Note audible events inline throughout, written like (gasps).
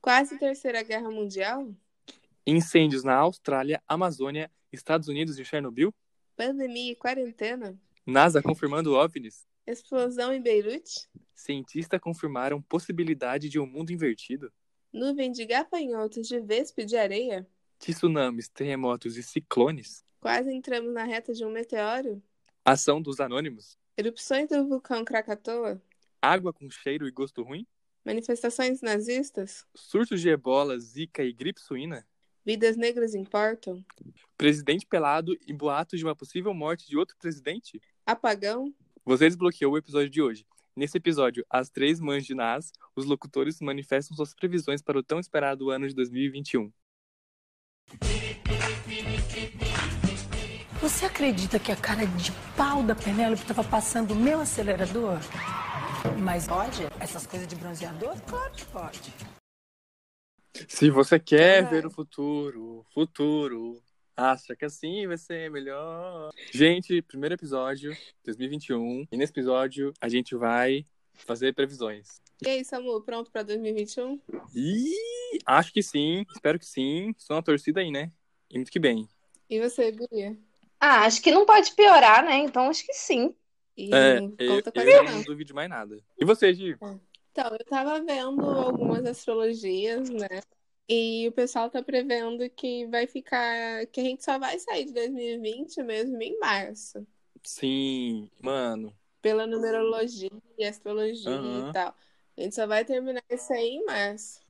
Quase Terceira Guerra Mundial? Incêndios na Austrália, Amazônia, Estados Unidos e Chernobyl? Pandemia e quarentena? NASA confirmando OVNIs? Explosão em Beirute? Cientistas confirmaram possibilidade de um mundo invertido? Nuvem de gafanhotos de vespa e de areia? Tsunamis, terremotos e ciclones? Quase entramos na reta de um meteoro? Ação dos anônimos? Erupções do vulcão Krakatoa? Água com cheiro e gosto ruim? Manifestações nazistas? Surtos de ebola, zika e gripe suína? Vidas negras importam? Presidente pelado e boatos de uma possível morte de outro presidente? Apagão? Você desbloqueou o episódio de hoje. Nesse episódio, As Três Mães de Nas, os locutores manifestam suas previsões para o tão esperado ano de 2021. Você acredita que a cara de pau da Penélope estava passando o meu acelerador? Mas pode? Essas coisas de bronzeador? Claro que pode. Se você quer Caralho. ver o futuro, futuro, acha que assim vai ser melhor. Gente, primeiro episódio, 2021. E nesse episódio, a gente vai fazer previsões. E aí, Samu, pronto pra 2021? E acho que sim, espero que sim. Estou na torcida aí, né? E muito que bem. E você, Bia? Ah, acho que não pode piorar, né? Então acho que sim. Ih, É, não eu, conta com eu essa não não. duvido de mais nada. E você, Gi? Então, eu tava vendo algumas astrologias, né? E o pessoal tá prevendo que vai ficar. que a gente só vai sair de 2020 mesmo em março. Sim, mano. Pela numerologia e astrologia Aham. e tal. A gente só vai terminar isso aí em março.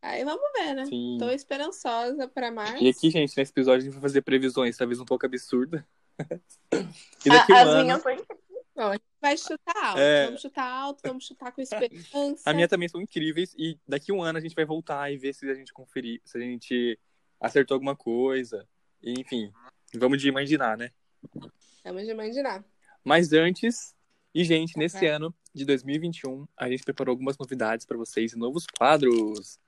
Aí vamos ver, né? Sim. Tô esperançosa pra março. E aqui, gente, nesse episódio a gente vai fazer previsões, talvez um pouco absurda. (laughs) e A- daqui um as ano. minhas foi Vai chutar alto. É. Vamos chutar alto, vamos chutar com esperança. A minha também são incríveis. E daqui um ano a gente vai voltar e ver se a gente conferir, se a gente acertou alguma coisa. E, enfim, vamos de imaginar, né? Vamos imaginar. Mas antes, e gente, nesse Vai. ano de 2021, a gente preparou algumas novidades para vocês e novos quadros.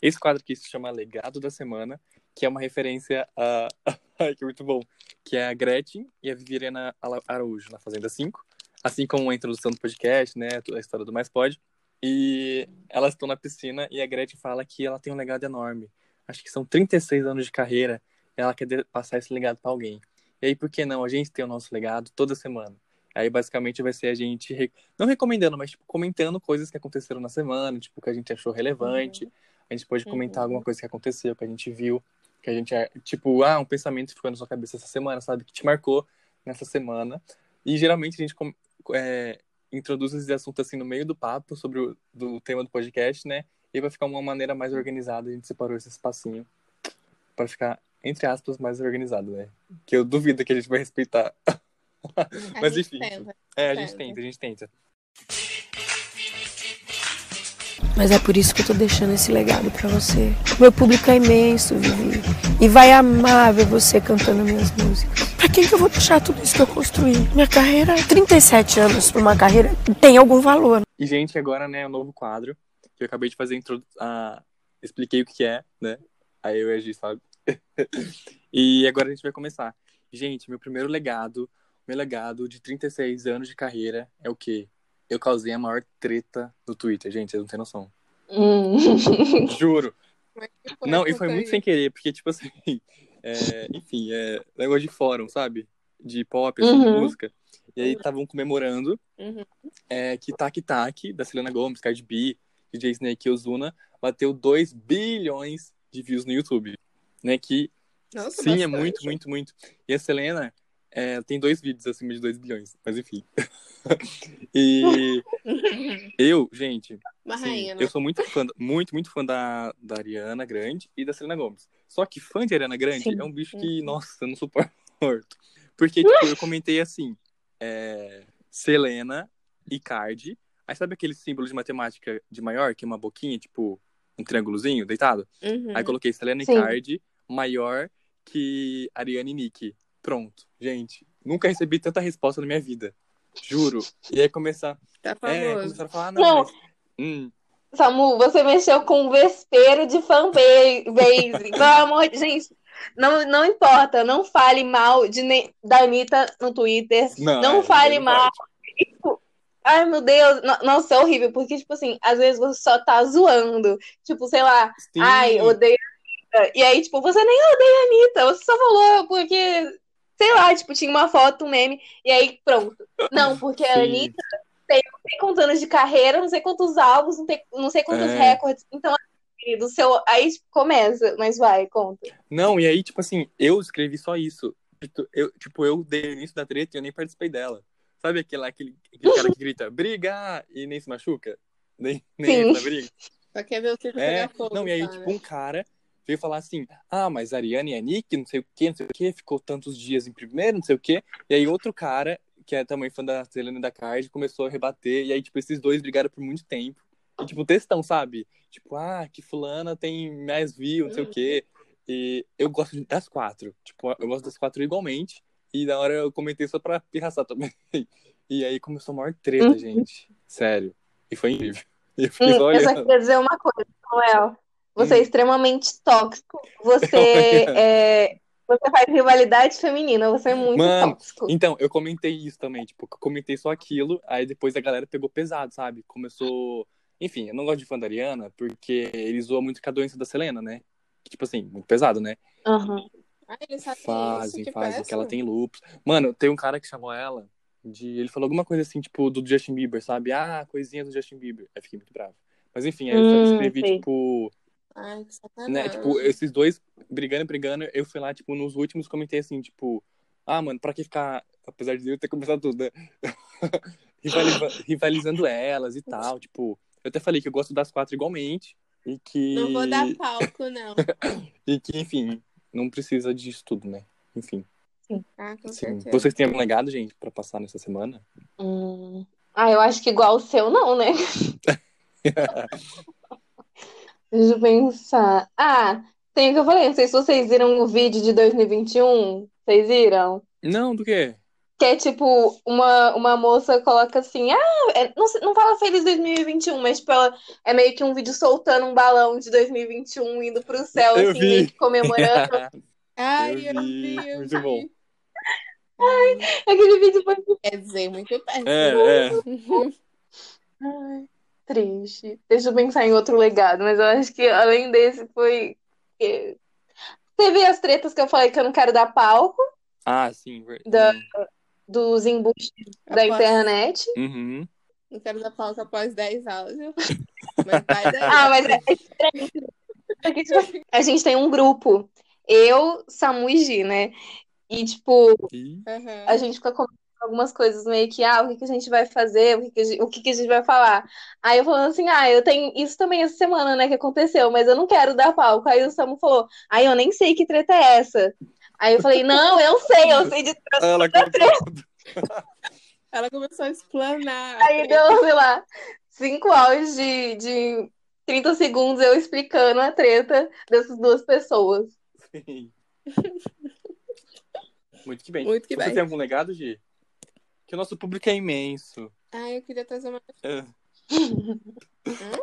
Esse quadro aqui se chama Legado da Semana, que é uma referência a. (laughs) Ai, que muito bom! Que é a Gretchen e a Viviana Ala- Araújo na Fazenda 5. Assim como a introdução do podcast, né? A história do Mais Pode. E elas estão na piscina e a Gretchen fala que ela tem um legado enorme. Acho que são 36 anos de carreira. E ela quer de- passar esse legado para alguém. E aí, por que não? A gente tem o nosso legado toda semana. Aí basicamente vai ser a gente, re- não recomendando, mas tipo, comentando coisas que aconteceram na semana, tipo, que a gente achou relevante. A gente pode comentar Uhum. alguma coisa que aconteceu, que a gente viu, que a gente, é, tipo, ah, um pensamento que ficou na sua cabeça essa semana, sabe? Que te marcou nessa semana. E geralmente a gente com- é, introduz esse assunto assim no meio do papo sobre o do tema do podcast, né? E vai ficar uma maneira mais organizada, a gente separou esse espacinho para ficar, entre aspas, mais organizado, né? Que eu duvido que a gente vai respeitar. A Mas gente enfim. tenta. É, a gente Certo. tenta, a gente tenta. Mas é por isso que eu tô deixando esse legado pra você. Meu público é imenso, Vivi. E vai amar ver você cantando minhas músicas. Pra quem que eu vou deixar tudo isso que eu construí? Minha carreira, 37 anos pra uma carreira, tem algum valor. E, gente, agora, né, o novo quadro, que eu acabei de fazer a introdu... ah, expliquei o que é, né? Aí eu e a Gi, sabe? (laughs) e agora a gente vai começar. Gente, meu primeiro legado, meu legado de 36 anos de carreira é o quê? Eu causei a maior treta no Twitter, gente, vocês não têm noção. Hum. Juro. Por não, essa e foi muito daí. sem querer, porque, tipo assim, (laughs) é, enfim, é negócio de fórum, sabe? De pop, assim, de Uhum. música. E aí estavam comemorando Uhum. é que Taki Taki, da Selena Gomes, Cardi B, DJ Snake e Ozuna, bateu 2 bilhões de views no YouTube. Né, que Nossa, sim, é bastante. muito, muito, muito. E a Selena é, tem dois vídeos acima de 2 bilhões, mas enfim. (laughs) (laughs) e eu, gente, Uma Sim, rainha, né? assim, Eu sou muito fã, muito, muito fã da, da Ariana Grande e da Selena Gomes. Só que fã de Ariana Grande Sim. é um bicho que, nossa, eu não suporto. Porque, tipo, eu comentei assim, é, Selena e Cardi. Aí sabe aquele símbolo de matemática de maior, que é uma boquinha, tipo, um triângulozinho deitado? Uhum. Aí coloquei Selena e Sim. Cardi maior que Ariana e Nick. Pronto, gente. Nunca recebi tanta resposta na minha vida. Juro. E aí começar, Tá é, famoso. começaram a falar, ah, Não. não, mas... Hum, Samu, você mexeu com um vespeiro de fanbase. Pelo amor de gente, não, não importa, não fale mal de nem, da Anitta no Twitter. Não, Não é, fale não mal. Ai, meu Deus. No- Nossa, é horrível, porque, tipo assim, às vezes você só tá zoando. Tipo, sei lá, Sim. ai, odeio a Anitta. E aí, tipo, você nem odeia a Anitta, você só falou porque, sei lá, tipo, tinha uma foto, um meme, e aí pronto. Não, porque a Sim. Anitta não sei quantos anos de carreira, não sei quantos álbuns, não, tem- não sei quantos É. recordes. Então, querido, seu... aí tipo, começa, mas vai, conta. Não, e aí, tipo assim, eu escrevi só isso. Tipo, Eu, tipo, eu dei o início da treta e eu nem participei dela. Sabe aquele, lá, aquele, aquele cara que grita briga e nem se machuca? Nem, nem Sim. entra na briga? Só quer ver o circo É, pegar fogo, não, e aí, cara. tipo, um cara veio falar assim: ah, mas a Ariane e a Nick, não sei o que, não sei o que, ficou tantos dias em primeiro, não sei o que. E aí, outro cara, que é também fã da Selena e da Card, começou a rebater. E aí, tipo, esses dois brigaram por muito tempo. E, tipo, textão, sabe? Tipo, ah, que fulana tem mais view, não sei o que. E eu gosto das quatro. Tipo, eu gosto das quatro igualmente. E na hora eu comentei só pra pirraçar também. (laughs) E aí começou a maior treta, Uhum. gente. Sério. E foi incrível. (laughs) E eu fiquei só Hum, eu só olhando. queria dizer uma coisa, Samuel. Você é Hum. extremamente tóxico. (laughs) Você é. Você faz rivalidade feminina, você é muito Mano, tóxico. Então, eu comentei isso também, tipo, eu comentei só aquilo, aí depois a galera pegou pesado, sabe? Começou. Enfim, eu não gosto de fã da Ariana, porque ele zoa muito com a doença da Selena, né? Tipo assim, muito pesado, né? Aham. Ai, "Ah, ele sabe disso, Fazem, que fazem, que ela péssimo. tem lupus. Mano, tem um cara que chamou ela de. Ele falou alguma coisa assim, tipo, do Justin Bieber, sabe? Ah, coisinha do Justin Bieber. Aí fiquei muito bravo. Mas enfim, aí eu só Hum, escrevi, sei. tipo, Ai, que sacanagem. né? Tipo, esses dois brigando, brigando, eu fui lá, tipo, nos últimos comentei assim, tipo, ah, mano, pra que ficar, apesar de eu ter começado tudo, né? (laughs) Rivaliza- Rivalizando elas e tal, tipo, eu até falei que eu gosto das quatro igualmente e que, Não vou dar palco, não. (laughs) e que enfim, não precisa disso tudo, né? Enfim, Ah, com sim. certeza. Vocês têm algum legado, gente, pra passar nessa semana? Hum. Ah, eu acho que igual o seu, não, (laughs) né? Deixa eu pensar. Ah, tem o que eu falei. Não sei se vocês viram o vídeo de 2021. Vocês viram? Não, do (laughs) quê? Que é tipo, uma, uma moça coloca assim, ah, é- não, sei- não fala feliz 2021, mas tipo, ela é meio que um vídeo soltando um balão de 2021 indo pro céu, Eu assim, vi. meio que (laughs) comemorando. É, Ai, Eu vi, eu muito bom. Ai, Aquele vídeo foi quer dizer, muito péssimo. é, é. Ai, triste. Deixa eu pensar em outro legado, mas eu acho que além desse foi. que- Teve as tretas que eu falei que eu não quero dar palco Ah, sim. ver- Da- dos embustes da Após- internet. Uhum. Não quero dar palco após 10 (laughs) áudios. Mas vai daí. Ah, mas é, é diferente. Porque, tipo assim, a gente tem um grupo. Eu, Samu e Gi, né? E, tipo, Ih, Aham. a gente fica comentando algumas coisas meio que, ah, o que que a gente vai fazer, o que que a gente, o que que a gente vai falar. Aí eu falando assim, ah, eu tenho isso também essa semana, né, que aconteceu, mas eu não quero dar palco. Aí o Samu falou, aí eu nem sei que treta é essa. Aí eu falei, não, eu sei, eu sei de treta. Ela tá contou tudo. Ela começou a explanar. Aí deu, sei lá, cinco áudios de, de 30 segundos eu explicando a treta dessas duas pessoas. Sim. (laughs) Muito que bem. Muito que Você bem. tem algum legado, Gi? Que o nosso público é imenso. Ai, eu queria trazer uma. É.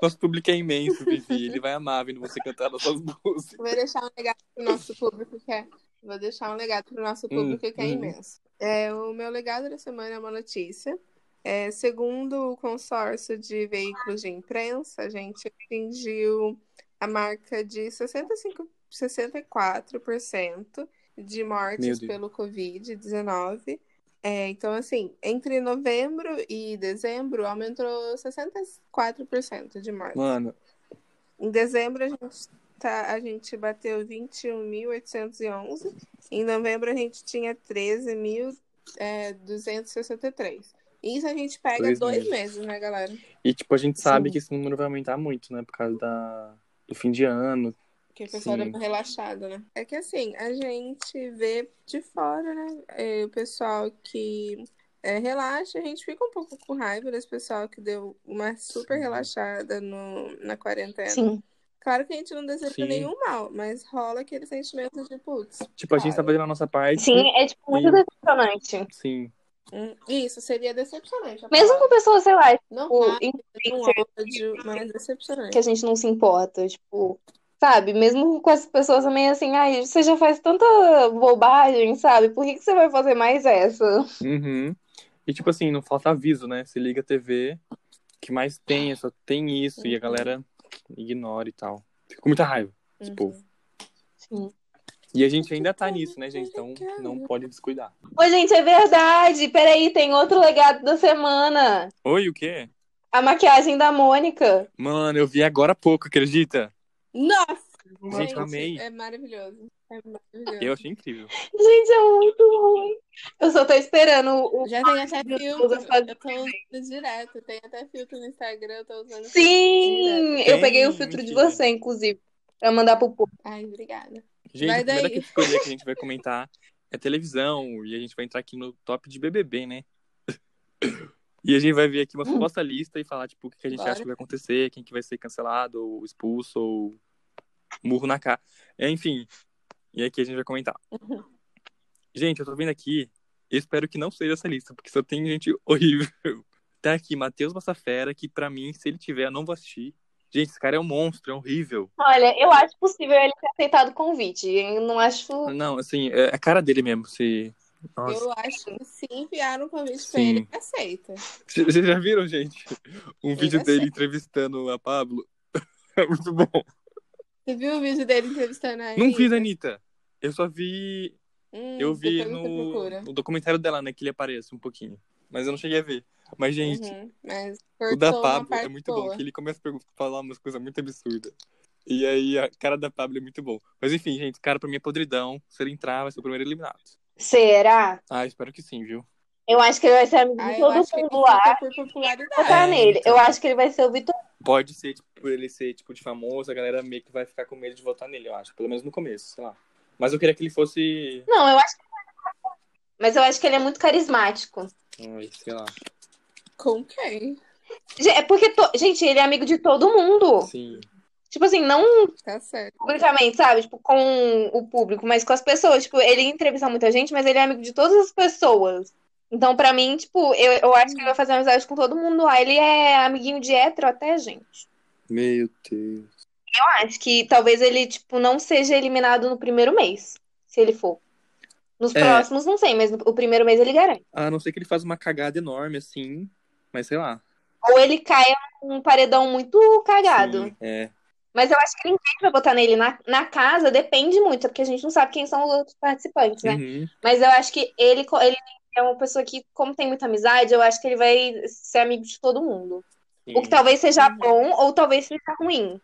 Nosso público é imenso, Vivi. Ele vai amar vendo você cantar nossas (laughs) músicas. Vou deixar um legado pro nosso público que é. Vou deixar um legado pro nosso Hum, público que é hum. imenso. É, o meu legado da semana é uma notícia. É, segundo o consórcio de veículos de imprensa, a gente atingiu a marca de 65, 64% de Meu mortes Deus. pelo Covid-19. É, então, assim, entre novembro e dezembro aumentou 64% de mortes. Mano, Em dezembro a gente, tá, a gente bateu 21.811. Em novembro a gente tinha é, 13.263. Isso a gente pega Dois dois, meses. meses. né, galera? e tipo, a gente sabe Sim. que esse número vai aumentar muito, né? Por causa da... do fim de ano. Porque o pessoal Sim. dá uma relaxada, né? É que assim, a gente vê de fora, né? É, o pessoal que é, relaxa, a gente fica um pouco com raiva desse pessoal que deu uma super Sim. relaxada no, na quarentena. Sim. Claro que a gente não deseja Sim. nenhum mal, mas rola aquele sentimento de putz. Tipo, a gente tá cara, fazendo a nossa parte. Sim, é tipo muito E- decepcionante. Sim. Hum, Isso, seria decepcionante. a Mesmo palavra. com pessoas, sei lá, Não tipo, raiva, não ódio, mas que a decepcionante. gente não se importa, tipo, sabe? Mesmo com essas pessoas meio assim, ai, você já faz tanta bobagem, sabe? Por que que você vai fazer mais essa? Uhum. E, tipo assim, não falta aviso, né? Você liga a TV, o que mais tem, é só tem isso, Uhum. e a galera ignora e tal. Fico com muita raiva desse Uhum. povo. Sim. E a gente ainda tá nisso, né, gente? Então não pode descuidar. Ô, gente, é verdade. Peraí, tem outro legado da semana. Oi, o quê? A maquiagem da Mônica. Mano, eu vi agora há pouco, acredita? Nossa! Gente, eu amei. É maravilhoso. É maravilhoso. Eu achei incrível. Gente, é muito ruim. Eu só tô esperando o. Já tem até filtro. Deus, eu faço Eu tô usando direto. Tem até filtro no Instagram. Eu tô usando. assim. Sim! Eu Tem, peguei o filtro de mentira. você, inclusive, pra mandar pro público. Ai, obrigada. Gente, Vai a primeira daí. categoria que (laughs) a gente vai comentar é televisão, e a gente vai entrar aqui no top de BBB, né? E a gente vai ver aqui uma suposta lista e falar, tipo, o que que a gente Bora. acha que vai acontecer, quem que vai ser cancelado, ou expulso, ou murro na cara. Enfim, e aqui a gente vai (laughs) comentar. Gente, eu tô vendo aqui, eu espero que não seja essa lista, porque só tem gente (laughs) horrível. Tá aqui Matheus Massafera, que pra mim, se ele tiver, eu não vou assistir. Gente, esse cara é um monstro, é horrível. Olha, eu acho possível ele ter aceitado o convite. Eu não acho. Não, assim, é a cara dele mesmo, se... Nossa. Eu acho que se enviaram um convite pra Sim. ele, ele aceita. C- Vocês já viram, gente? Um vídeo Eu dele sei. entrevistando a Pablo? (laughs) É muito bom. Você viu o vídeo dele entrevistando a Não vi Anitta? da Anitta. Eu só vi. Hum, Eu vi depois você no, procura. no documentário dela, né? Que ele aparece um pouquinho. Mas eu não cheguei a ver. Mas, gente, Uhum, mas o cortou da uma Pablo é parte muito bom. boa. Que ele começa a pergun- falar umas coisas muito absurdas. E aí a cara da Pablo é muito bom. Mas enfim, gente, cara, pra mim é podridão. Se ele entrar, vai ser o primeiro eliminado. Será? Ah, espero que sim, viu? Eu acho que ele vai ser amigo de Ah, eu todo acho que ele mundo lá. fica por popularidade. Votar É, nele. então. Eu acho que ele vai ser o Vitor. Pode ser, tipo, por ele ser, tipo, de famoso, a galera meio que vai ficar com medo de votar nele, eu acho. Pelo menos no começo, sei lá. Mas eu queria que ele fosse. Não, eu acho que. Mas eu acho que ele é muito carismático. Ai, sei lá. Com quem? Ge- É porque, to- gente, ele é amigo de todo mundo. Sim. Tipo assim, não Tá certo. publicamente, sabe? Tipo, com o público, mas com as pessoas. Tipo, ele entrevista muita gente, mas ele é amigo de todas as pessoas. Então, pra mim, tipo, eu, eu acho que ele vai fazer amizade com todo mundo lá. Ele é amiguinho de hétero até, gente. Meu Deus. Eu acho que talvez ele, tipo, não seja eliminado no primeiro mês, se ele for. Nos É. próximos, não sei, mas no- o primeiro mês ele garante. A não ser que ele faz uma cagada enorme, assim. Mas sei lá. Ou ele caia num paredão muito cagado. Sim, é. Mas eu acho que ninguém vai botar nele na, na casa, depende muito, porque a gente não sabe quem são os outros participantes, né? Uhum. Mas eu acho que ele, co- ele é uma pessoa que, como tem muita amizade, eu acho que ele vai ser amigo de todo mundo. O que tá- talvez seja bom ou talvez seja ruim.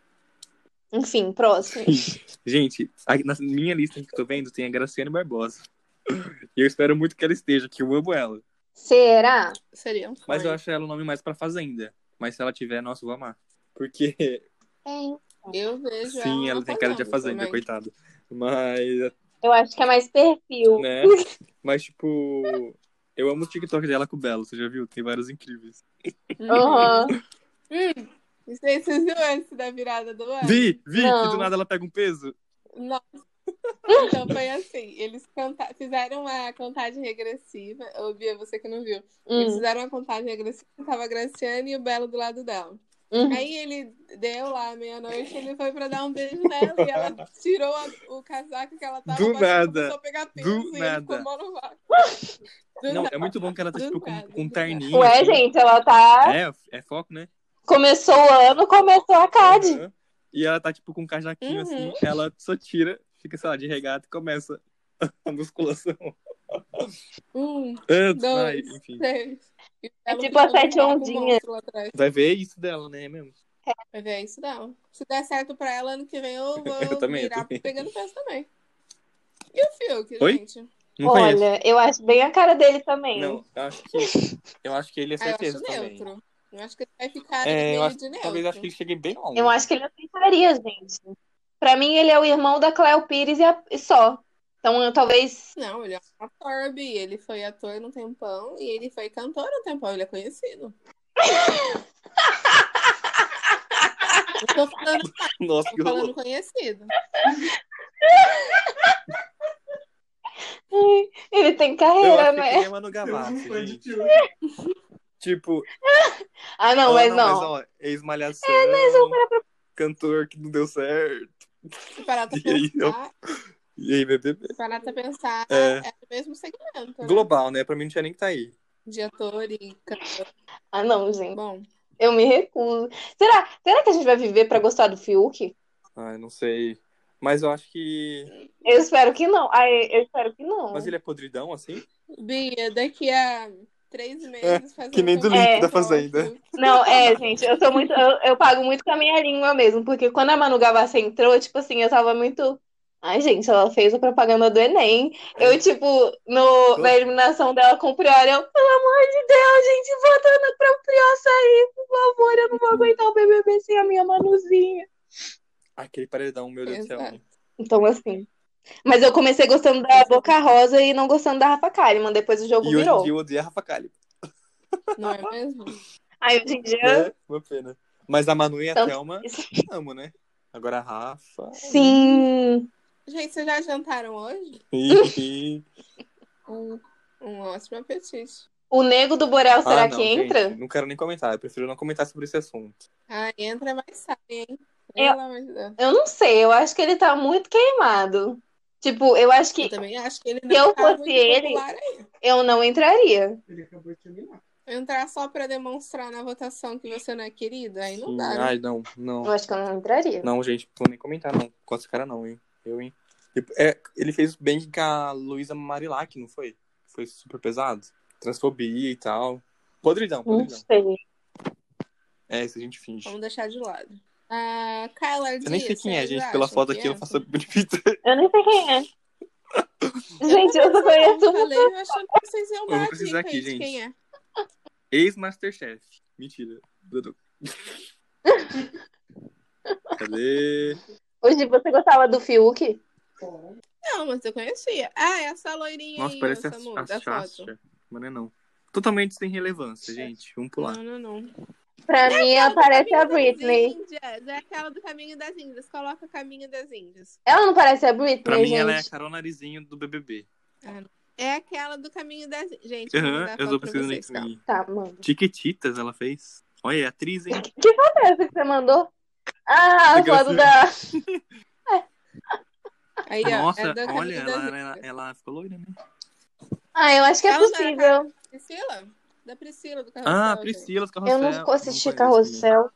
Enfim, próximo. Gente, a- na minha lista que eu tô vendo tem a Graciane Barbosa. (laughs) E eu espero muito que ela esteja, que eu amo ela. Será? Seria um Mas eu sonho. acho ela o nome mais pra Fazenda. Mas se ela tiver, nossa, eu vou amar. Porque Tem. Eu vejo Sim, ela na tem cara de fazenda, também. coitada. Mas, Eu acho que é mais perfil. né? Mas, tipo, eu amo o TikTok dela com o Belo, você já viu? Tem vários incríveis. Aham. Uhum. Não sei se vocês viram esse da virada do ano. Vi, vi, Não. que do nada ela pega um peso. Nossa. Então foi assim, eles canta- fizeram uma contagem regressiva. Eu Bia, você que não viu. Eles Hum, fizeram uma contagem regressiva, tava a Graciane e o Belo do lado dela. hum. Aí ele deu lá meia-noite, ele foi pra dar um beijo nela e ela tirou a- o casaco que ela tava Do mas ela nada. começou a pegar peso Do e ele nada. ficou mó no vácuo. Do Não, nada. é muito bom que ela tá, Do tipo, com, nada, com um do nada. terninho. Ué, assim. gente, ela tá. É, é foco, né? Começou o ano, começou a CAD. Aham. E ela tá, tipo, com um cajaquinho, Uhum. assim. Ela só tira, fica, sei lá, de regata e começa a (laughs) musculação. Um, Antes, vai, dois, enfim. três. E o Belo tipo a ficou sete com um ondinhas. monstro lá atrás. Vai ver isso dela, né? é mesmo. Vai ver, isso não. Se der certo pra ela, ano que vem eu vou (laughs) Eu também, eu virar também. pegando peso também. E o Fiuk, Oi? gente? Ah, Não conheço. Olha, eu acho bem a cara dele também. Não, eu acho que, eu acho que ele é Ah, eu acho certeza também. neutro. Eu acho que ele vai ficar É, eu meio acho- de neutro. Talvez eu acho que ele chegue bem longe. Eu acho que ele aceitaria, gente. Pra mim, ele é o irmão da Cléo Pires e, a- e só. Então, eu, talvez. (laughs) Não, ele é um ator, Bi. Ele foi ator no tempão e ele foi cantor no tempão. Ele é conhecido. Eu tô (laughs) falando, Nossa, tô falando conhecido. Ele tem Eu carreira, acho que é que né? nem a Manu Gavassi, gente. Tipo, Ah, não, ah, mas mas não. É, ó, ex-malhação, cantor que não deu certo. Parar pra E aí, eu- pensar, E aí, BBB? parar pra pensar É. é do mesmo segmento. né? Global, né? Pra mim não tinha nem que tá aí. de ator e cantor. Ah, não, gente. Bom, Eu me recuso. Será, será que a gente vai viver pra gostar do Fiuk? Ai, não sei. Mas eu acho que. Eu espero que não. Ai, eu espero que não. Mas ele é podridão, assim? Bia, daqui a três meses fazendo É, que nem do campanha Link da do Fazenda. Fiuk. Não, é, gente, eu sou muito. Eu, eu pago muito com a minha língua mesmo, porque quando a Manu Gavassi entrou, tipo assim, eu tava muito. Ai, gente, ela fez a propaganda do Enem. Eu, tipo, no, na eliminação dela com o Prior, eu, pelo amor de Deus, gente, votando pra o Prior sair, por favor, eu não vou aguentar o BBB sem a minha Manuzinha. Aquele paredão, meu Deus do céu. Exato. Então, assim. Mas eu comecei gostando da Boca Rosa e não gostando da Rafa Kalimann, depois o jogo E hoje em virou. dia eu odeio a Rafa Kalimann. Não é mesmo? Aí, hoje em dia, É, uma pena. Mas a Manu e a Tanto- Thelma, amo, né? Agora a Rafa. sim. Gente, vocês já jantaram hoje? (laughs) Ih, Um, um ótimo apetite. O Nego do Borel, será Ah, não, que gente, entra? não quero nem comentar. Eu prefiro não comentar sobre esse assunto. Ah, entra, mas sai, hein? Eu- Pelo amor de Deus. Eu não sei, eu acho que ele tá muito queimado. Tipo, eu acho Eu que também acho que ele eu não tá fosse muito ele- popular aí. eu não entraria. Ele acabou de terminar. Entrar só pra demonstrar na votação que você não é querida, aí não dá. né? Ai, não, não. Eu acho que eu não entraria. Não, gente, não vou nem comentar, não. Com esse cara, não, hein? Eu, hein? Tipo, é, ele fez bem com a Luísa Marilac, não foi? Foi super pesado. Transfobia e tal. Podridão, Não podridão. sei. É, isso a gente finge. Vamos deixar de lado. Ah, Kyla Eu nem sei Dias, quem é, vocês gente. Pela acham foto que aqui eu entra? faço bonito. Eu nem sei quem é. (laughs) Gente, eu só Eu conheço. falei eu achando que vocês iam vou dar a precisar dica aqui, aí de gente. quem é. (laughs) Ex-Masterchef. Mentira. (laughs) Dudu. Cadê? Hoje você gostava do Fiuk? Não, mas eu conhecia. Ah, essa loirinha Nossa, aí, parece a, Samu, da a foto. Hum. Sasha. Mas não é não. Totalmente sem relevância, gente. Vamos pular. Não, não, não. É, Pra mim, Aquela do aparece a Caminho das Britney. Índias, É aquela do Caminho das Índias. Coloca Caminho das Índias. Ela não parece a Britney, Pra mim, gente? ela é a Carol Narizinho do BBB. É aquela do Caminho das Índias. Gente, eu vou Aham, mandar a eu foto tô pra pesquisando vocês, isso. calma. Tá, mano. Tiquititas ela fez. Olha, é atriz, hein? Que foto é essa que você mandou? Ah, a Que foto da. Aí, ó, Nossa, é do Caminho olha, das ela, Índias. ela, ela ficou loira, né? Ah, eu acho que é Ela não era possível. Priscila? Da Priscila, do Carrossel. Ah, gente. Priscila, os Eu carrossel. não assisti conheço. Carrossel.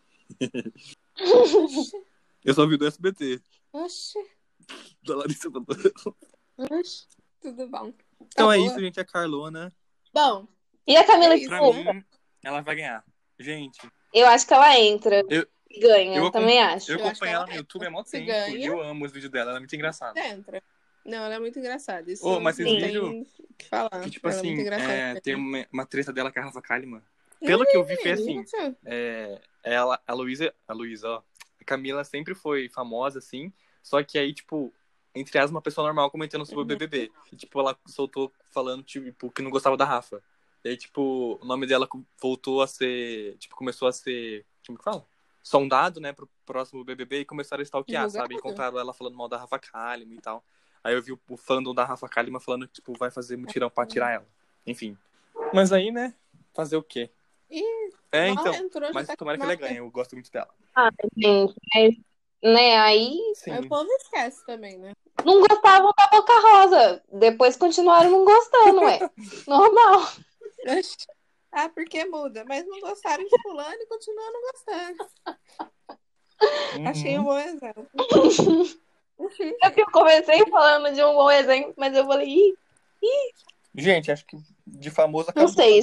Oxi, Eu só vi do SBT, oxi, da Larissa Manoela. oxi. Tudo bom. Tá Então é Boa. isso, gente. A Carlona, Bom, E a Camila É isso, pra Pitbull? mim, ela vai ganhar. Gente, Eu acho que ela entra. Eu- e ganha, eu eu também acho. eu acho que acompanho ela ela no YouTube há muito se tempo. ganha. E eu amo os vídeos dela, ela é muito engraçada. entra. Não, ela é muito engraçada. Isso Ô, mas não vocês tem o que falar. Que, tipo ela é assim, muito engraçada. é, tem uma, uma treta dela com a Rafa Kalimann. Pelo que eu vi, foi assim. é, ela, a Luísa, a Luísa, ó, a Camila sempre foi famosa, assim, só que aí, tipo, entre as uma pessoa normal comentando sobre o BBB. E, tipo, ela soltou falando, tipo, que não gostava da Rafa. E aí, tipo, o nome dela co- voltou a ser, tipo, começou a ser, como é que fala? Sondado, né, pro próximo BBB e começaram a stalkear, Divulgado. sabe? E contaram ela falando mal da Rafa Kalimann e tal. Aí eu vi o, o fandom da Rafa Kalimann falando que, tipo, vai fazer mutirão pra tirar ela. Enfim. Mas aí, né, fazer o quê? Ih, É, então. entrou, já Mas tá tomara que ela queimada. ganhe, eu gosto muito dela. Gente, mas, né, aí Sim. Mas o povo esquece também, né? (laughs) não gostavam da Boca Rosa. Depois continuaram não gostando, (laughs) ué. Normal. Ah, porque muda. Mas não gostaram de fulano e continuam não gostando. Uhum. Achei um bom exemplo. (laughs) É que eu comecei falando de um bom exemplo, mas eu falei, Ih, Gente, acho que de famoso Não sei.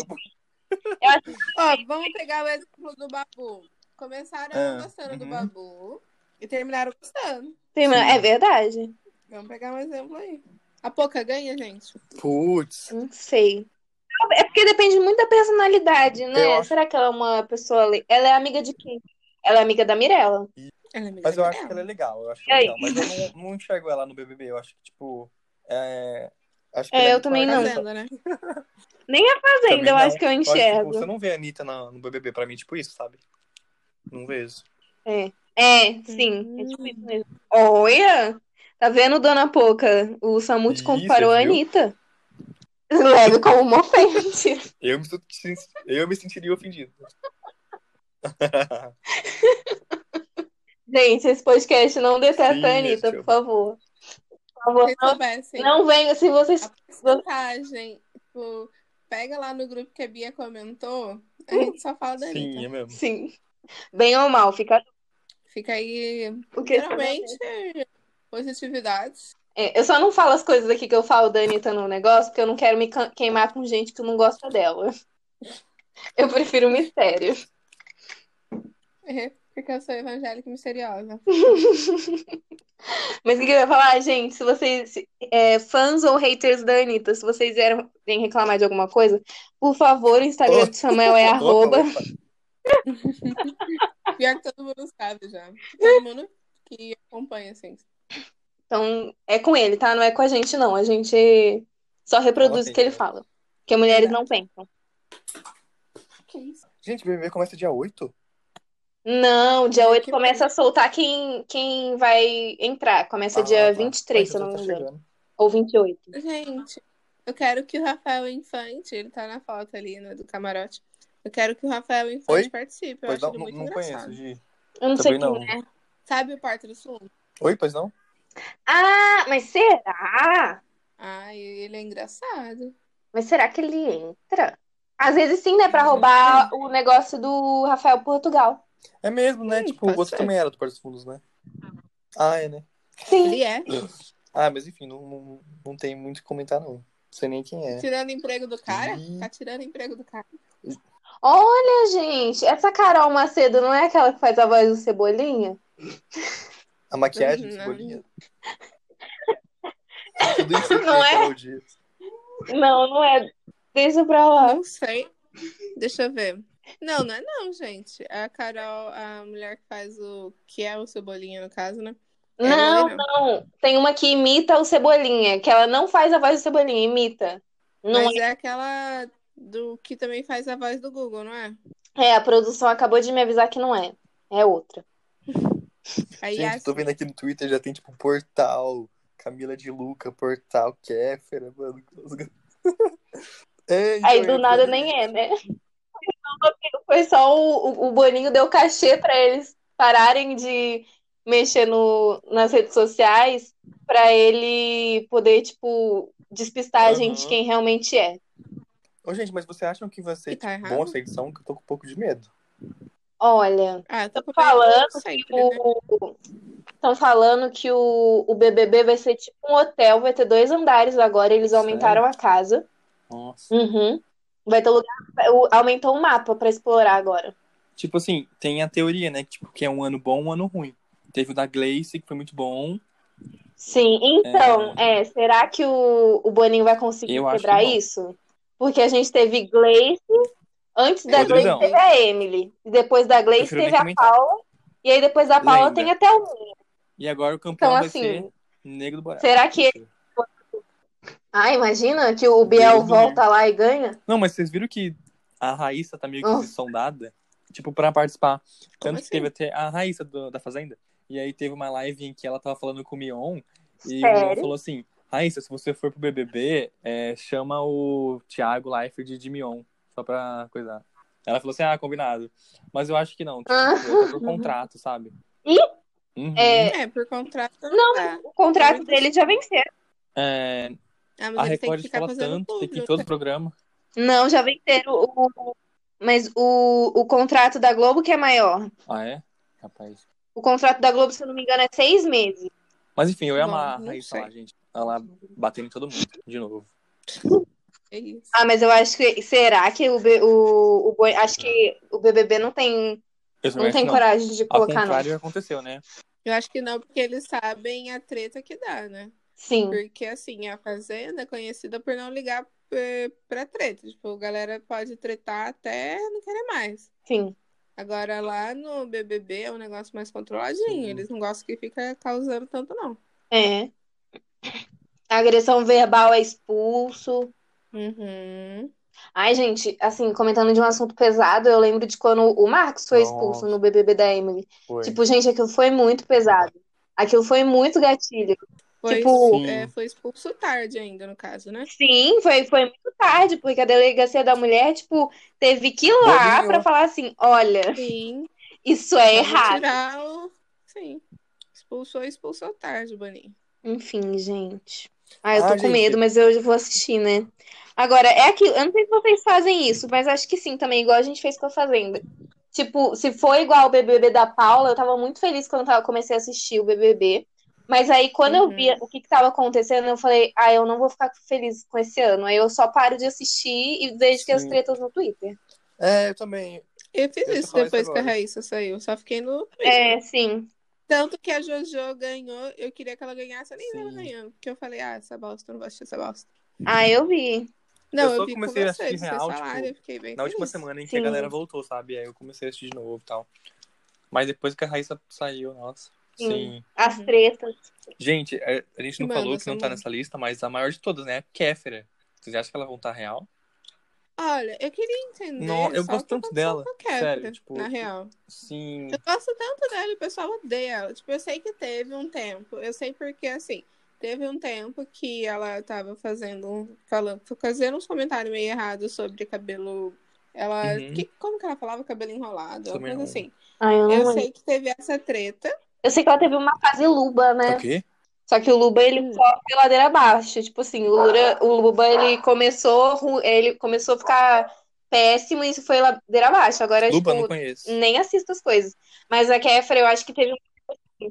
Ó, vamos pegar o exemplo do Babu. Começaram Ah, gostando do uhum. Babu e terminaram gostando. sim, mas é verdade. Vamos pegar um exemplo aí. A Poca ganha, gente? Putz. Não sei. É porque depende muito da personalidade, Eu né? acho- Será que ela é uma pessoa. le- Ela é amiga de quem? Ela é amiga da Mirella. Ela é amiga Mas eu da acho que ela é Mirella. legal. Eu acho E aí? legal. Mas eu não, não enxergo ela no BBB. Eu acho que, tipo. É, acho que É, ela eu muito também Tá não. mais- vendo, né? Fazenda, Também não. eu acho que eu Eu acho que, tipo, enxergo. você não vê a Anitta na- no BBB pra mim, tipo isso, sabe? Não vejo. É, é, sim, é tipo isso mesmo. Olha, tá vendo, dona Poca? O Samu te Ih, comparou cê a viu? Anitta. Leve como uma ofensa. (laughs) Eu me, senti- eu me sentiria ofendido. Gente, esse podcast não deteta Sim, a Anitta, gente, eu- por favor. Por favor, Se não, soubessem Tá não venha se vocês. a porcentagem, tipo, Pega lá no grupo que a Bia comentou, a gente só fala da Anitta. tá? Sim, é mesmo. Sim. Bem ou mal, fica. Fica aí, O que geralmente, positividades. É, eu só não falo as coisas aqui que eu falo da Anitta no negócio, porque eu não quero me can- queimar com gente que não gosta dela. Eu prefiro mistério. Porque eu sou evangélica e misteriosa. Mas o que que eu ia falar, gente? Se vocês, é, fãs ou haters da Anitta, se vocês vierem vierem reclamar de alguma coisa, por favor, o Instagram do Samuel é arroba. Opa, opa. Pior que todo mundo sabe já. Todo mundo que acompanha, assim. Então, é com ele, tá? Não é com a gente, não. A gente só reproduz Fala, o que ele gente. fala. Porque mulheres não pensam. Que isso? Gente, BBB começa dia 8? Não, dia Ai, 8 que começa a soltar quem, quem vai entrar. Começa é Ah, dia tá. 23, se eu não me engano. Ou 28. Gente, eu quero que o Rafael Infante, ele tá na foto ali, né, do camarote. Eu quero que o Rafael Infante Oi? participe. Eu Pois acho não, ele não, muito não engraçado. conheço, Gi. Eu não sei Também quem não. é. Sabe o Porta do Sul? Oi, pois não? Ah, mas será? Ai, ele é engraçado. Mas será que ele entra? Às vezes sim, né? Pra roubar o negócio do Rafael Portugal. É mesmo, né? Hum, tipo, tá pode o outro ser. também era do Porto dos Fundos, né? Ah, é, né? Sim. Ele é. Ah, mas enfim, não, não, não tem muito o que comentar, não. Não sei nem quem é. Tirando emprego do cara? Ih. Tá tirando emprego do cara. Olha, gente, essa Carol Macedo não é aquela que faz a voz do Cebolinha? A maquiagem de Não. (laughs) cebolinha. Tudo isso que Não é? Carol Dias. Não, não é. Deixa pra lá. Não sei. Deixa eu ver. Não, não é não, gente. A Carol, a mulher que faz o... Que é o Cebolinha, no caso, né? É, Não, é, não. Tem uma que imita o Cebolinha, que ela não faz a voz do Cebolinha, imita. Não Mas é aquela do que também faz a voz do Google, não é? é, a produção acabou de me avisar que não é. É outra. Aí Gente, eu tô vendo aqui no Twitter, já tem tipo Portal, Camila de Luca, Portal, Kéfera, mano. (laughs) É, Aí então, do nada nem é, né? (laughs) Foi só o, o- o Boninho deu cachê pra eles pararem de mexer no, nas redes sociais pra ele poder, tipo, despistar a gente de Aham. quem realmente é. Ô, gente, mas vocês acham que vai ser E tá tipo, errado? bom essa edição? Que eu tô com um pouco de medo. Olha, Ah, tô Tô falando sempre, né? estão falando que o, o BBB vai ser tipo um hotel, vai ter dois andares agora, eles Sério? aumentaram a casa. Nossa. Uhum. Vai ter lugar, o- aumentou o mapa pra explorar agora. Tipo assim, tem a teoria, né? Que, tipo, que é um ano bom, um ano ruim. Teve o da Glace, que foi muito bom. Sim, então, é, será que o, o Boninho vai conseguir Eu acho quebrar que não. isso? Porque a gente teve Gleice, antes da Rodrigão. Gleice teve a Emily, e depois da Gleice Prefiro nem teve a comentar. Paula, e aí depois da Paula Lenda. tem até o Minho. E agora o campeão Então, vai assim, ser Negro do Borel. será que. Ah, imagina que o Biel Deus do volta lá e ganha? Não, mas vocês viram que a Raíssa tá meio que Nossa. sondada, tipo, pra participar. Tanto Como que teve até a Raíssa do- da Fazenda. E aí teve uma live em que ela tava falando com o Mion. E o Mion Sério? falou assim, Raíssa, se você for pro BBB, é, chama o Thiago Leifert de Mion. Só pra coisar. Ela falou assim, ah, combinado. Mas eu acho que não. Tipo, Ah. é por contrato, sabe? Ih! Uhum. É, É, por contrato tá. não, Não, dá. o contrato dele já venceu. É, Ah, mas a ele tem que Record ficar fala fazendo tanto, tem que ir em público. todo o programa. Não, já venceram. O, o- mas o, o contrato da Globo que é maior. Ah, é? Rapaz. O contrato da Globo, se eu não me engano, é seis meses. Mas enfim, eu ia Bom, amar a não Raíssa sei. lá, gente. Ela batendo em todo mundo, de novo. É isso. Ah, mas eu acho que. Será que o, B- o, o Boi- acho que o BBB não tem, Eu também não acho tem que coragem de Ao colocar, não. contrário, aconteceu, né? Eu acho que não, porque eles sabem a treta que dá, né? Sim. Porque, assim, a Fazenda é conhecida por não ligar eh, pra treta. Tipo, a galera pode tretar até não querer mais. Sim. Agora, lá no BBB é um negócio mais controladinho. Sim. Eles não gostam que fica causando tanto, não. É. Agressão verbal é expulso. Uhum. Ai, gente, assim, comentando de um assunto pesado, eu lembro de quando o Marcos foi expulso Nossa. no BBB da Emily. Foi. Tipo, gente, aquilo foi muito pesado. Aquilo foi muito gatilho. Foi, Tipo- eh, foi expulso tarde ainda, no caso, né? Sim, foi, foi muito tarde, porque a delegacia da mulher, tipo, teve que ir lá Bolinho. pra falar assim: olha, Sim. isso é Vamos errado. Tirar o... Sim. Expulsou, expulsou tarde, Boninho. Enfim, gente. Ah, eu tô Ah, com gente. medo, mas eu vou assistir, né? Agora, é aquilo. Eu não sei se vocês fazem isso, mas acho que sim também, igual a gente fez com a Fazenda. Tipo, se foi igual o BBB da Paula, eu tava muito feliz quando eu tava- comecei a assistir o BBB. Mas aí, quando eu Uhum. via o que que tava acontecendo, eu falei, ah, eu não vou ficar feliz com esse ano. Aí eu só paro de assistir e vejo que as Sim. tretas no Twitter. É, eu também. Eu fiz Eu ia isso falar isso depois que a agora. Raíssa saiu. Só fiquei no. É, sim. Tanto que a JoJo ganhou, eu queria que ela ganhasse, eu nem vi ela Sim. ganhando. Porque eu falei, ah, essa bosta, eu não vou assistir essa bosta. Ah, eu vi. Não, Eu eu, só vi com comecei a vocês, assistir vocês real, falaram, tipo, eu fiquei bem Na última feliz. semana em que Sim. a galera voltou, sabe? Aí eu comecei a assistir de novo e tal. Mas depois que a Raíssa saiu, nossa. Sim. Sim. As tretas. Gente, a, a gente não Manda, falou que não tá Samara. nessa lista, mas a maior de todas, né? Kéfera. Vocês acham que ela vai voltar real? Olha, eu queria entender. Não, eu só gosto o que tanto aconteceu dela, com a Kéfera, sério, tipo, na real. Sim. Eu gosto tanto dela, o pessoal odeia ela. Tipo, eu sei que teve um tempo, eu sei porque, assim, teve um tempo que ela tava fazendo, um- falando, fazendo uns comentários meio errados sobre cabelo. Ela, Uhum. que- como que ela falava? Cabelo enrolado, alguma Também coisa não. assim. Ah, eu não Eu lembro. sei que teve essa treta. Eu sei que ela teve uma fase luba, né? O quê? Só que o Luba, ele Hum. foi ladeira abaixo. Tipo assim, o Lura- o Luba, ele começou, ru- ele começou a ficar péssimo e isso foi ladeira abaixo. Agora, Luba, né? não tipo, conheço. nem assisto as coisas. Mas a Kéfera, eu acho que teve um.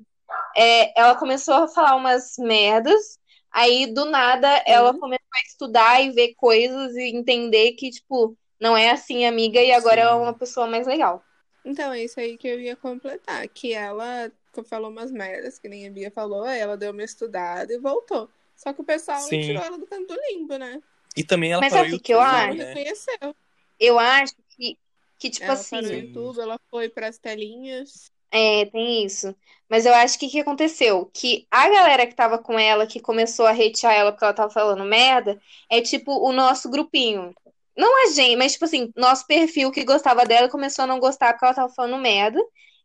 é, ela começou a falar umas merdas. Aí, do nada, ela Uhum. começou a estudar e ver coisas e entender que, tipo, não é assim, amiga, e agora é Sim. uma pessoa mais legal. Então, é isso aí que eu ia completar. Que ela falou umas merdas, que nem a Bia falou, aí ela deu uma estudada e voltou. Só que o pessoal Sim. não tirou ela do canto do limbo, né? E também ela Mas parou sabe o YouTube, que eu Não acho? né? reconheceu. Eu acho que, que Ah, é. tipo Ela assim. parou o Sim. YouTube, ela foi pras telinhas. É, tem isso. Mas eu acho que o que aconteceu? Que a galera que tava com ela, que começou a hatear ela porque ela tava falando merda, é tipo o nosso grupinho. Não a gente, mas tipo assim, nosso perfil que gostava dela começou a não gostar porque ela tava falando merda.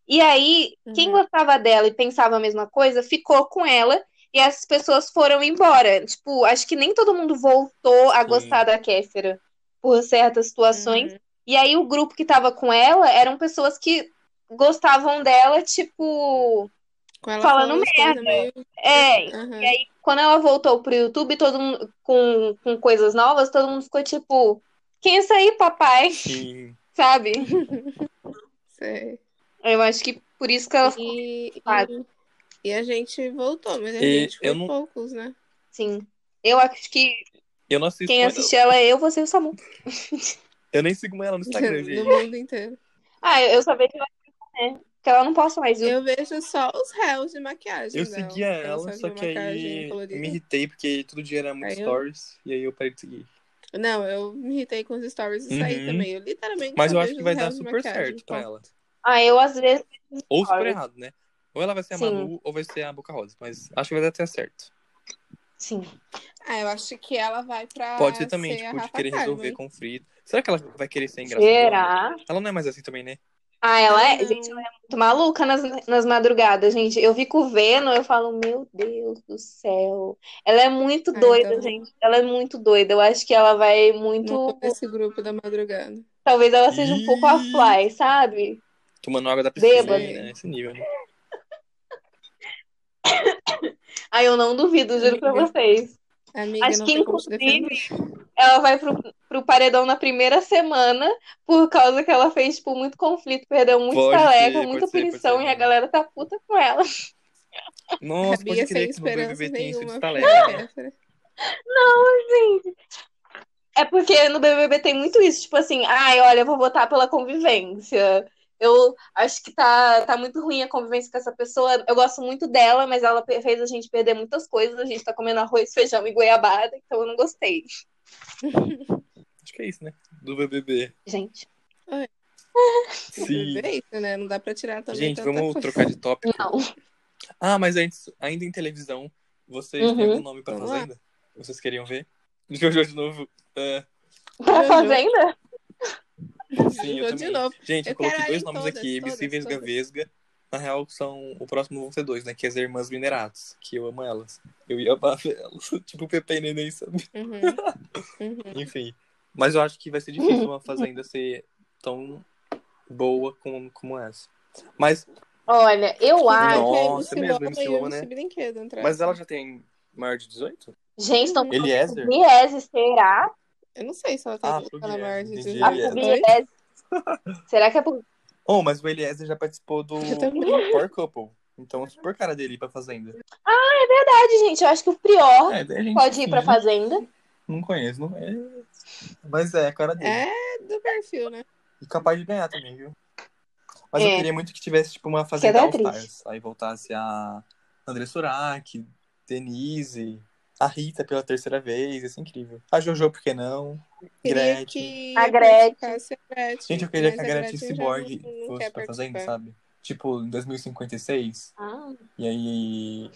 E aí, quem Uhum. gostava dela e pensava a mesma coisa, ficou com ela e essas pessoas foram embora. Tipo, acho que nem todo mundo voltou a Sim. gostar da Kéfera por certas situações. Uhum. E aí, o grupo que tava com ela eram pessoas que gostavam dela, tipo, Com ela Falando falando umas coisas meio. é, Aham. e aí quando ela voltou pro YouTube, todo mundo com, com coisas novas, todo mundo ficou tipo, quem é isso aí, papai? (laughs) Sim. Sabe? Sei. Eu acho que por isso que ela ficou E, e, preocupada. e a gente voltou, mas a E gente foi eu não- poucos, né? assim. Eu acho que Eu não assisto. quem assistiu ela é eu, você e o Samu. Eu nem sigo mais ela no (laughs) Instagram, No (laughs) gente. mundo inteiro. Ah, eu, eu só vejo ela, né? Porque ela não posta mais. Eu vejo só os réus de maquiagem. Eu dela. seguia só ela, só viu que maquiagem aí colorida. me irritei, porque todo dia era muito Aí eu- stories, e aí eu parei de seguir. Não, eu me irritei com os stories e saí Uhum. também. Eu literalmente Mas só eu acho vejo que os vai dar réus de super maquiagem. certo com Bom, ela. Ah, eu às vezes. Ou super Olha. errado, né? Ou ela vai ser a Sim. Manu, ou vai ser a Boca Rosa. Mas acho que vai dar até certo. Sim. Ah, eu acho que ela vai pra Pode ser também, ser a tipo, de É, Rafa querer Kalimann. resolver conflito. Será que ela vai querer ser engraçada? Será? Ela não é mais assim também, né? Ah, ela é. Não, Gente, ela é muito maluca nas, nas madrugadas, gente. Eu fico vendo, eu falo, meu Deus do céu. Ela é muito Ah, doida, então. gente. Ela é muito doida. Eu acho que ela vai Não muito. tô nesse grupo da madrugada. Talvez ela seja um pouco a Ih. Fly, sabe? Tomando água da piscina, Bêbada. ali, né? Esse nível. né? Ah, eu não duvido, juro pra Amiga. vocês. Amiga, Acho não que, tem como te defender. inclusive, ela vai pro, pro paredão na primeira semana, por causa que ela fez, tipo, muito conflito, perdeu muito Pode estaleca, ser, muita pode ser, pode punição, ser, e a mano. galera tá puta com ela. Nossa, Bia sem pode crer que no esperança BBB tem isso de nenhuma. (laughs) estaleca. né? Kéfera. É porque no BBB tem muito isso, tipo assim, ai, olha, eu vou votar pela convivência. Eu acho que tá, tá muito ruim a convivência com essa pessoa. Eu gosto muito dela, mas ela pe- fez a gente perder muitas coisas. A gente tá comendo arroz, (laughs) feijão e goiabada, então eu não gostei, Acho que é isso, né? Do BBB. gente. O Sim. bebê é isso, né? Não dá pra tirar também Gente, tanta vamos coisa. trocar de tópico. Não. Ah, mas antes, ainda em televisão, vocês têm Uhum. algum nome pra Vamos lá. Fazenda? Vocês queriam ver? (laughs) Jojo de novo. É, Pra Jojo. fazenda? sim, eu Vou de também. novo. Gente, eu, Eu coloquei quero dois ela em nomes todas, aqui, MC todas, Vesga todas. Vesga. Na real, são o próximo vão ser dois, né? Que é as Irmãs Mineratos, que eu amo elas. Eu ia amar (laughs) elas. tipo, Pepe e Neném, sabe? Uhum. Enfim. Mas eu acho que vai ser difícil (laughs) uma Fazenda ser tão boa como, como essa. Mas Olha, eu Vai acho. ter MC Nossa, é mesmo, Lola MC e Lola, MC né? Brinquedo entrar. Mas ela já tem maior de 18? Gente, estão é Eliezer? Pugliese, será? Eu não sei se ela tá Ah, ela Pugliese, maior de entendi. 18. A é Eliezer. Pugliese. Será que é Pugliese? Oh, mas o Eliezer já participou do, Eu também. do Power Couple. Então é super cara dele ir pra Fazenda. Verdade, gente. Eu acho que o Prior É, daí a gente pode ir pra finge. Fazenda. Não conheço, não é. Mas é, a cara dele. É do perfil, né? E capaz de ganhar também, viu? Mas eu É. queria muito que tivesse, tipo, uma é Fazenda All triste. Stars. Aí voltasse a André Surak, Denise, a Rita pela terceira vez. Ia ser incrível. A Jojo, por que não? Queria Gretchen. que A Gretchen. participasse a Gretchen. Gente, eu queria mas que a Gretchen já Cyborg não- não é fosse quer pra Fazenda, participar. sabe? Tipo, em 2056. Ah, E aí.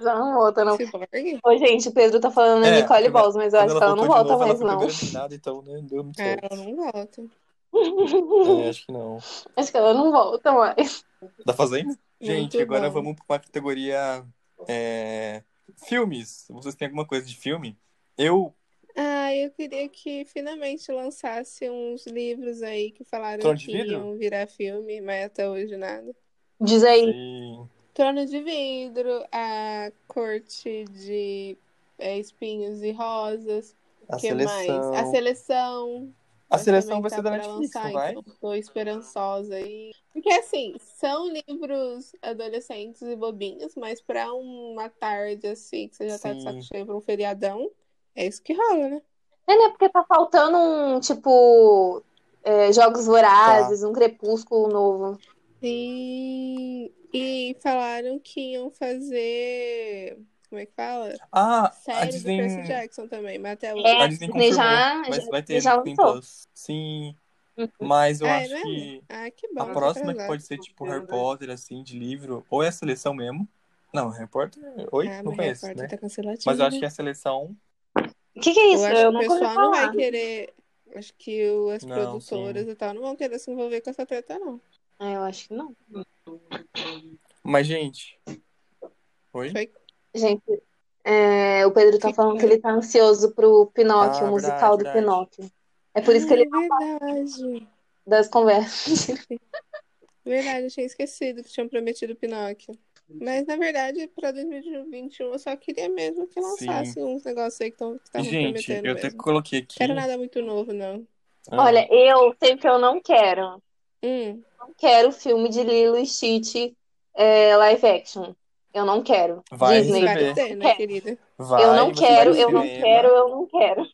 já não volta, não. Cyborg? Ô, gente, o Pedro tá falando É, da Nicole quando- Balls, mas eu acho que ela não voltou de novo, volta mais, ela foi não. É. primeira eliminada, então né, deu muito Ah, certo. ela não volta. É, acho que não. Acho que ela não volta mais. Da Fazenda? Gente, Muito agora bom. vamos para uma categoria é, filmes. Vocês têm alguma coisa de filme? Eu, Ah, eu queria que finalmente lançasse uns livros aí que falaram Trono de que Vidro? iam virar filme, mas até hoje nada. Diz aí. e- Trono de Vidro, a corte de é, espinhos e rosas, a que seleção. mais? A seleção. A Mas seleção também vai tá ser da pra Netflix, não lançar, vai? então tô esperançosa aí. Porque assim, são livros adolescentes e bobinhos, mas pra uma tarde assim, que você já tá de Sim. saco cheio pra um feriadão, é isso que rola, né? É, né? Porque tá faltando um, tipo, é, Jogos Tá. Vorazes, um Crepúsculo novo. E, e falaram que iam fazer. Como é que fala? Ah, a Série do Disney. Percy Jackson também, mas até hoje. É, A a Disney Disney já- confirmou, mas já- vai ter já no Disney lançou. Plus. Sim, Uhum. mas eu Ah, é acho mesmo? que Ah, que bom. a tá próxima que atrasado. pode ser tipo Harry Potter, assim, de livro, ou é a seleção mesmo. Não, Harry Potter. Oi? Ah, não mas a conheço, porta né? tá canceladinha. Mas eu acho que é a seleção. O que, que é Eu isso? acho que o nunca ouvi pessoal não vai falar. querer. Acho que o- as Não, produtoras e tal não vão querer se envolver com essa treta, não. Ah, eu acho que não. Mas, gente. Oi? Foi Gente, é, o Pedro tá Que falando que ele tá ansioso pro Pinóquio, Ah, o musical verdade, do verdade. Pinóquio. É por isso que ele Ah, verdade. das conversas. Verdade, eu tinha esquecido que tinham prometido Pinóquio. Mas, na verdade, pra 2021 eu só queria mesmo que lançasse uns negócios aí que estão que E, estavam gente, tá prometendo eu até mesmo. coloquei aqui. Quero nada muito novo, não. Ah, Olha, eu sei o que eu não quero. Hum, Não quero filme de Lilo e Stitch é, live action. Eu não quero. Vai Disney. vai receber. ter, Quer- né, querida? vai, eu não você vai quero, no eu não cinema, quero, eu não quero.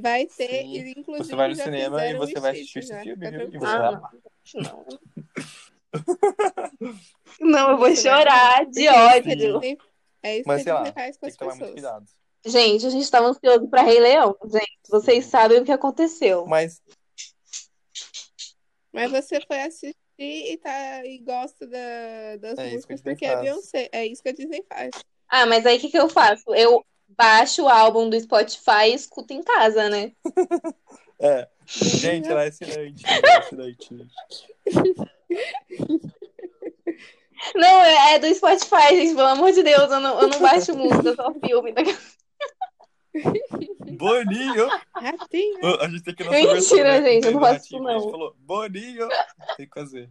Vai ter, Sim. e inclusive Você vai no já cinema e fizeram você o vai Stitch assistir esse já, filme, fica viu? E tranquilo. você Ah, vai não. amar. Não. Não, eu vou Você vai chorar de Porque isso que a ódio. Disney- É isso Mas, que sei a lá, Disney faz com Tem as que tomar muito pessoas. cuidado. Gente, a gente tava ansioso pra Rei Leão. Gente, vocês sabem o que aconteceu. Mas, Mas você foi assistir e, tá, e gosta da- das É isso que a músicas Disney porque é faz. Beyoncé. É isso que a Disney faz. Ah, mas aí o que que eu faço? Eu baixo o álbum do Spotify e escuto em casa, né? é. Gente, ela é excelente. Ela é excelente. gente. Não, é é do Spotify, gente, pelo amor de Deus, eu não, eu não baixo música, só filme. Boninho! Ratinho. Ah, A gente tem que ir na Mentira, versão, né? gente, eu não Do faço Ratinho, isso, A gente não. falou, Boninho! Tem que fazer.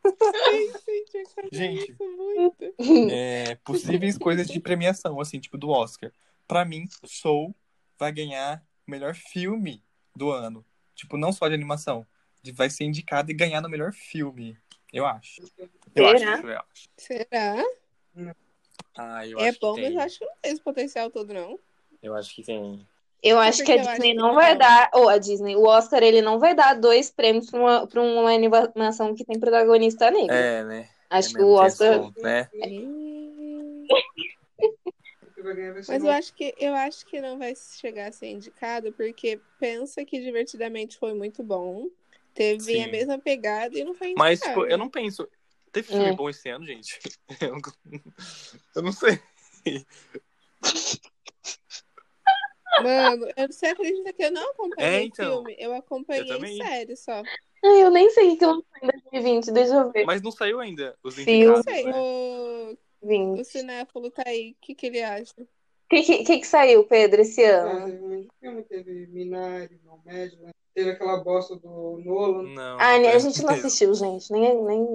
Gente, eu quero Gente. isso muito. é, possíveis coisas de premiação, assim, tipo do Oscar. Pra mim, Soul vai ganhar o melhor filme do ano. Tipo, não só de animação. De- Vai ser indicado e ganhar no melhor filme. Eu acho. Eu Será? acho. Eu acho. Será? Ah, eu é acho bom, que mas tem. eu acho que não tem esse potencial todo, não. Eu acho que tem. Eu acho que a Porque eu acho Disney que não não. vai dar, ou a Disney, o Oscar, ele não vai dar dois prêmios pra uma, pra uma animação que tem protagonista negro. É, né? Acho É que mesmo, o tem esse Oscar. ponto, (laughs) né? Hum. Mas eu é? acho que eu acho que não vai chegar a ser indicado, porque pensa que divertidamente foi muito bom. Teve Sim. a mesma pegada e não foi indicado. Mas, tipo, eu não penso. Teve filme É. bom esse ano, gente? (laughs) Eu não- Eu não sei. Mano, eu- você acredita que eu não acompanhei É, então. filme? Eu acompanhei Eu também. série só. Ai, eu nem sei o que eu lançou em 2020, deixa eu ver. Mas não saiu ainda os Filme. Não indicados, sei. né? O, 20. o cinéfilo tá aí. O que, que ele acha? O que, que, que que saiu, Pedro, esse Então. ano? um filme teve Minari, não médio, né? Teve aquela bosta do Nolan. Não. Ah, não é a teve gente não mesmo. assistiu, gente. Nem, nem...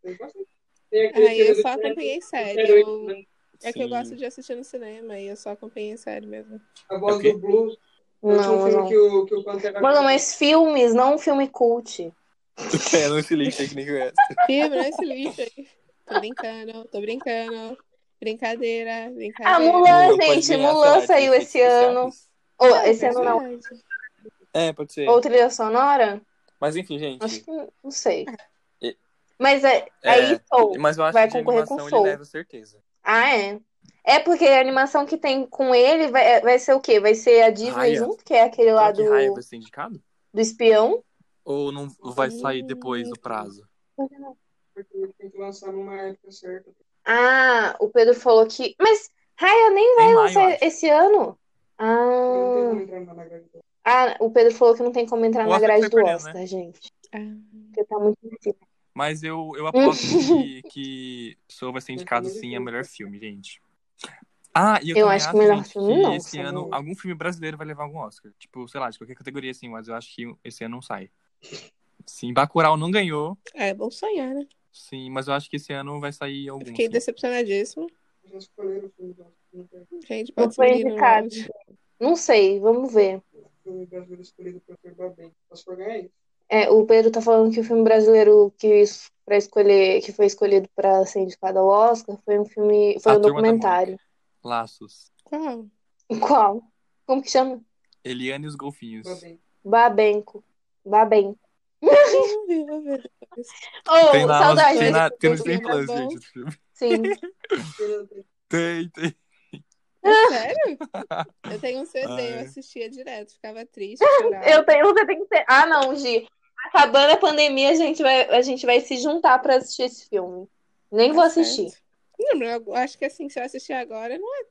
Tem bastante. Tem Aí eu do só Sérgio- acompanhei do série. Sérgio Eu, Oito, né? É que eu gosto de assistir no cinema e eu só acompanho em série mesmo. A voz Ok. do blues. O último Não, um filme não. que o, que o Pantera Mano, mas filmes, não um filme cult. (laughs) É, não se lixa aí que nem (laughs) eu era. Fibra, esse lixo aí. Tô brincando, tô brincando. Brincadeira, brincadeira. Ah, Mulan, Mulan, pode gente, ganhar, sei Mulan lá, saiu efeitos esse ano. especiais. Ou, Ah, esse ano não. É, pode ser. Ou trilha sonora? Mas enfim, gente. Acho que não sei. E- Mas é, É, aí Soul. Mas eu acho vai que de concorrer com animação Soul. ele leva certeza. Ah, é. É porque a animação que tem com ele vai, é, vai ser o quê? Vai ser a Disney Raya. junto, que é aquele lá Será que do, Raya vai ser indicado? do espião. Ou não vai sair depois do prazo? porque tem que lançar numa época certa. Ah, o Pedro falou que. Mas Raya nem vai Em maio, lançar acho. esse ano? Ah, Não tem como entrar na gravação. ah, o Pedro falou que não tem como entrar O na Oscar que grade foi né? do perdendo, Oscar, gente. Ah. Porque tá muito em cima. Mas eu, eu aposto (laughs) que, que Soul vai ser indicado sim a melhor filme, gente. Ah, e eu, Eu também acho que melhor gente, filme não, esse sabe? ano algum filme brasileiro vai levar algum Oscar. Tipo, sei lá, de qualquer categoria assim, mas eu acho que esse ano não sai. Sim, Bacurau não ganhou, É bom sonhar, né? sim, mas eu acho que esse ano vai sair algum. Eu fiquei sim. decepcionadíssimo. Já escolheram o filme do não tem Gente, Não pode foi subir no indicado. áudio. Não sei, vamos ver. filme brasileiro escolhido pra perdoar bem. Posso for ganhar isso? É, o Pedro tá falando que o filme brasileiro que, para escolher, que foi escolhido pra ser indicado ao Oscar foi um filme, foi A um Turma tá da documentário. Laços. Qual? (laughs) Qual? Como que chama? Eliane e os Golfinhos. Tá bem. Babenco. Babenco. Vou ver, vou ver. Oh, tem na, saudade tem desse na, tem no filme, Disney era é Plus, bom. gente, esse filme. Sim. Tem, tem. (laughs) É sério? Eu tenho um CD, eu Ai. assistia direto, ficava triste, chorava. Eu tenho, você tem que ter. Ah, não, Gi. Acabando a pandemia, a gente vai, a gente vai se juntar pra assistir esse filme. Nem vou Tá certo. assistir. Não, mas eu acho que assim, se eu assistir agora, não é.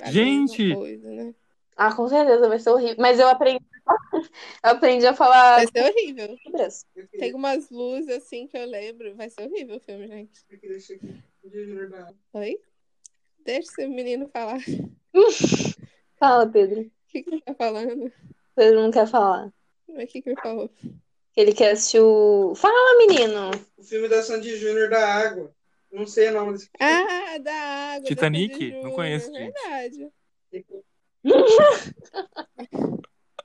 a mesma Gente! Coisa, né? Ah, com certeza vai ser horrível. Mas eu aprendi, (laughs) eu aprendi a falar Vai ser horrível. libras. Eu queria, Tem umas luzes assim que eu lembro. Vai ser horrível o filme, gente. eu queria ser de verdade. Oi? Deixa esse menino falar. (laughs) O Fala, Pedro. que, que ele tá falando? Pedro não quer falar. Mas O que, que ele falou? Ele quer assistir o. Fala, menino! O filme da Sandy Júnior da Água. Não sei o nome desse filme. Ah, da água. Titanic? da Sandy Não Júnior, conheço, É gente. (laughs) verdade.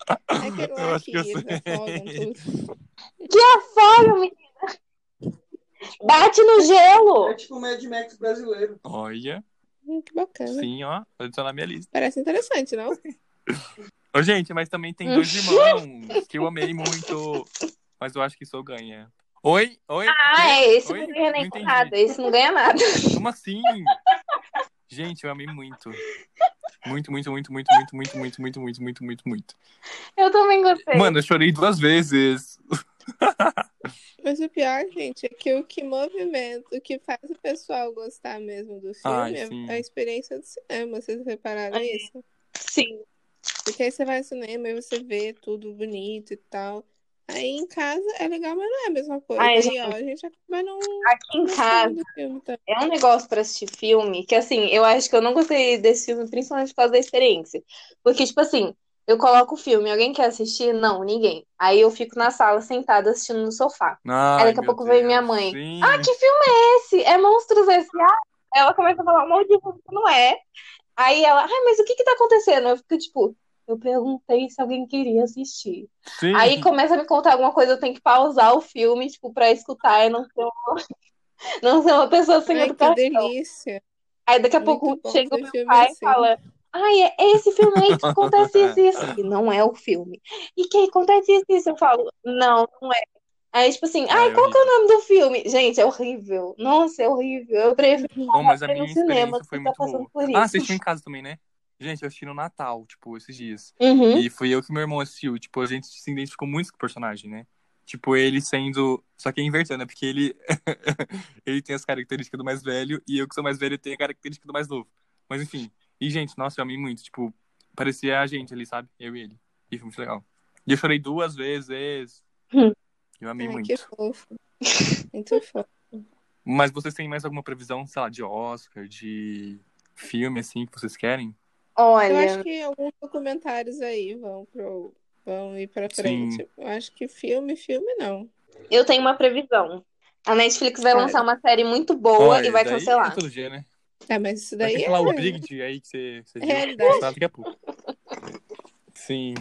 É que Eu lá acho que que eu eles sei. afogam (laughs) tudo. Fala, menino! Bate no gelo! É tipo o Mad Max brasileiro. Olha, Hum, Que É, né? bacana. sim, ó. Vou adicionar minha lista. Parece interessante, não? Ô, gente, mas também tem dois Uhum. irmãos que eu amei muito. Mas eu acho que sou ganha. Oi? Oi? Ah, é, esse Oi? não ganha nem Não entendi. nada, esse não ganha nada. (laughs) Como assim? Gente, eu amei muito. Muito, muito, muito, muito, muito, muito, muito, muito, muito, muito, muito, muito. Eu também gostei. Mano, eu chorei duas vezes. Mas o pior, gente, é que o que movimenta, o que faz o pessoal gostar mesmo do filme Ai, é sim. a experiência do cinema. Vocês repararam Ai. é. isso? Sim. Porque aí você vai ao cinema e você vê tudo bonito e tal. Aí em casa é legal, mas não é a mesma coisa. Ai, Aí, gente. ó, a gente acaba não Aqui em casa. gostando do filme também. É um negócio pra assistir filme que, assim, eu acho que eu não gostei desse filme, principalmente por causa da experiência. Porque, tipo assim, eu coloco o filme, alguém quer assistir? Não, ninguém. Aí eu fico na sala sentada assistindo no sofá. Ai, Aí daqui a meu pouco vem minha Deus, mãe. Uhum. Sim. Ah, que filme é esse? É Monstros S.A.? Ela começa a falar um monte de filme que não é. Aí ela, ai, mas o que que tá acontecendo? Eu fico tipo, eu perguntei se alguém queria assistir. Uhum. sim. Aí começa a me contar alguma coisa, eu tenho que pausar o filme, tipo, pra escutar e não ser uma, (laughs) não ser uma pessoa sem Ai, que educação. delícia. Aí daqui a Muito pouco bom chega o ter meu filme pai e assim. fala: Ai, é esse filme (laughs) aí que acontece isso, e isso. E não é o filme. E que acontece isso, e isso. Eu falo: Não, não é. Aí, tipo assim, ai, é qual que é o horrível. nome do filme? Gente, é horrível. Nossa, é horrível. Eu prefiro Bom, mas a ver minha no cinema experiência do foi que tá muito passando boa. por Ah, isso. você assistiu em casa também, né? Gente, eu assisti no Natal, tipo, esses dias. Uhum. E fui eu que meu irmão assistiu. Tipo, a gente se identificou muito com o personagem, né? Tipo, ele sendo. Só que é invertendo, né? Porque ele. (laughs) ele tem as características do mais velho e eu que sou mais velho tenho a característica do mais novo. Mas enfim. E, gente, nossa, eu amei muito. Tipo, parecia a gente ali, sabe? Eu e ele. E foi muito legal. E eu chorei duas vezes. Hum. Eu amei Ai, muito. que fofo. Muito fofo. Mas vocês têm mais alguma previsão, sei lá, de Oscar, de filme, assim, que vocês querem? Eu Olha, acho que alguns documentários aí vão pro vão ir pra frente. Eu acho que filme, filme não. eu tenho uma previsão. A Netflix vai Cara. lançar uma série muito boa e vai daí é cancelar. todo dia, né? É, mas isso É, Vai daí ter é lá o Brigd aí que você, você viu. realidade. Tá, daqui a pouco. Sim.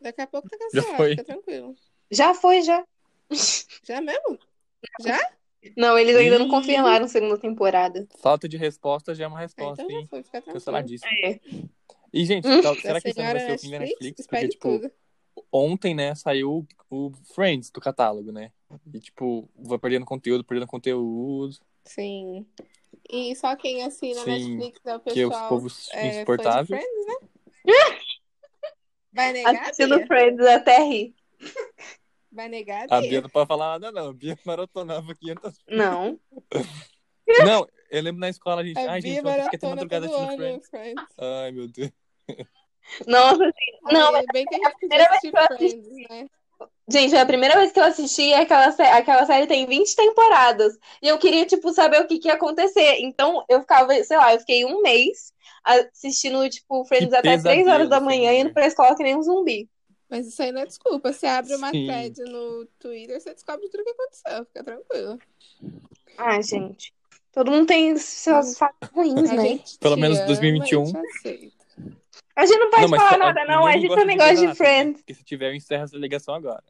Daqui a pouco tá Já cancelado, foi. fica tranquilo. Já foi, já. Já é mesmo? Já? Não, eles ainda não Ih. confirmaram segunda temporada. Falta de resposta já é uma Ah, resposta, então já hein? foi, fica tranquilo. Canceladíssimo. É. E, gente, Hum. tal- será Da que isso não vai senhora ser o fim da é Netflix, Netflix? Porque, espere tipo, tudo. ontem, né, saiu o Friends do catálogo, né? E, tipo, vai perdendo conteúdo, perdendo conteúdo. Sim. E só quem assina a Sim, Netflix é o Que é os pessoal povos é, fã de insuportáveis. Friends, né? (laughs) Vai negar, Assistindo Bia? Friends até ri. Vai negar, A é Bia? Bia não pode falar nada, não. A Bia (laughs) (laughs) maratonava 500 Não. Não, eu lembro na escola, a gente. A Ai, É Bia gente, ontem eu fiquei até maratona madrugada todo assistindo ano, Friends. Friends. Ai, meu Deus. Nossa, assim, não, Ai, bem que a gente podia primeira vez assistir que eu assisti- Friends, né? Gente, foi a primeira vez que eu assisti aquela, sé- aquela série tem 20 temporadas. E eu queria, tipo, saber o que, que ia acontecer. Então, eu ficava, sei lá, eu fiquei um mês assistindo, tipo, Friends Que até 3 horas pesadelo, assim, né? da manhã, Fernanda. indo pra escola que nem um zumbi. Mas isso aí não é desculpa. Você abre uma Sim. thread no Twitter, você descobre tudo o que aconteceu. Fica tranquilo. Ah, gente. Todo mundo tem seus fatos ruins, Hum. A né? gente Pelo te menos ama e 2021. te aceita. A gente não pode mas falar só- nada, não. A ninguém gente gosta também gosta de Grey's Anatomy, né? Friends. Porque se tiver, eu encerro essa ligação agora.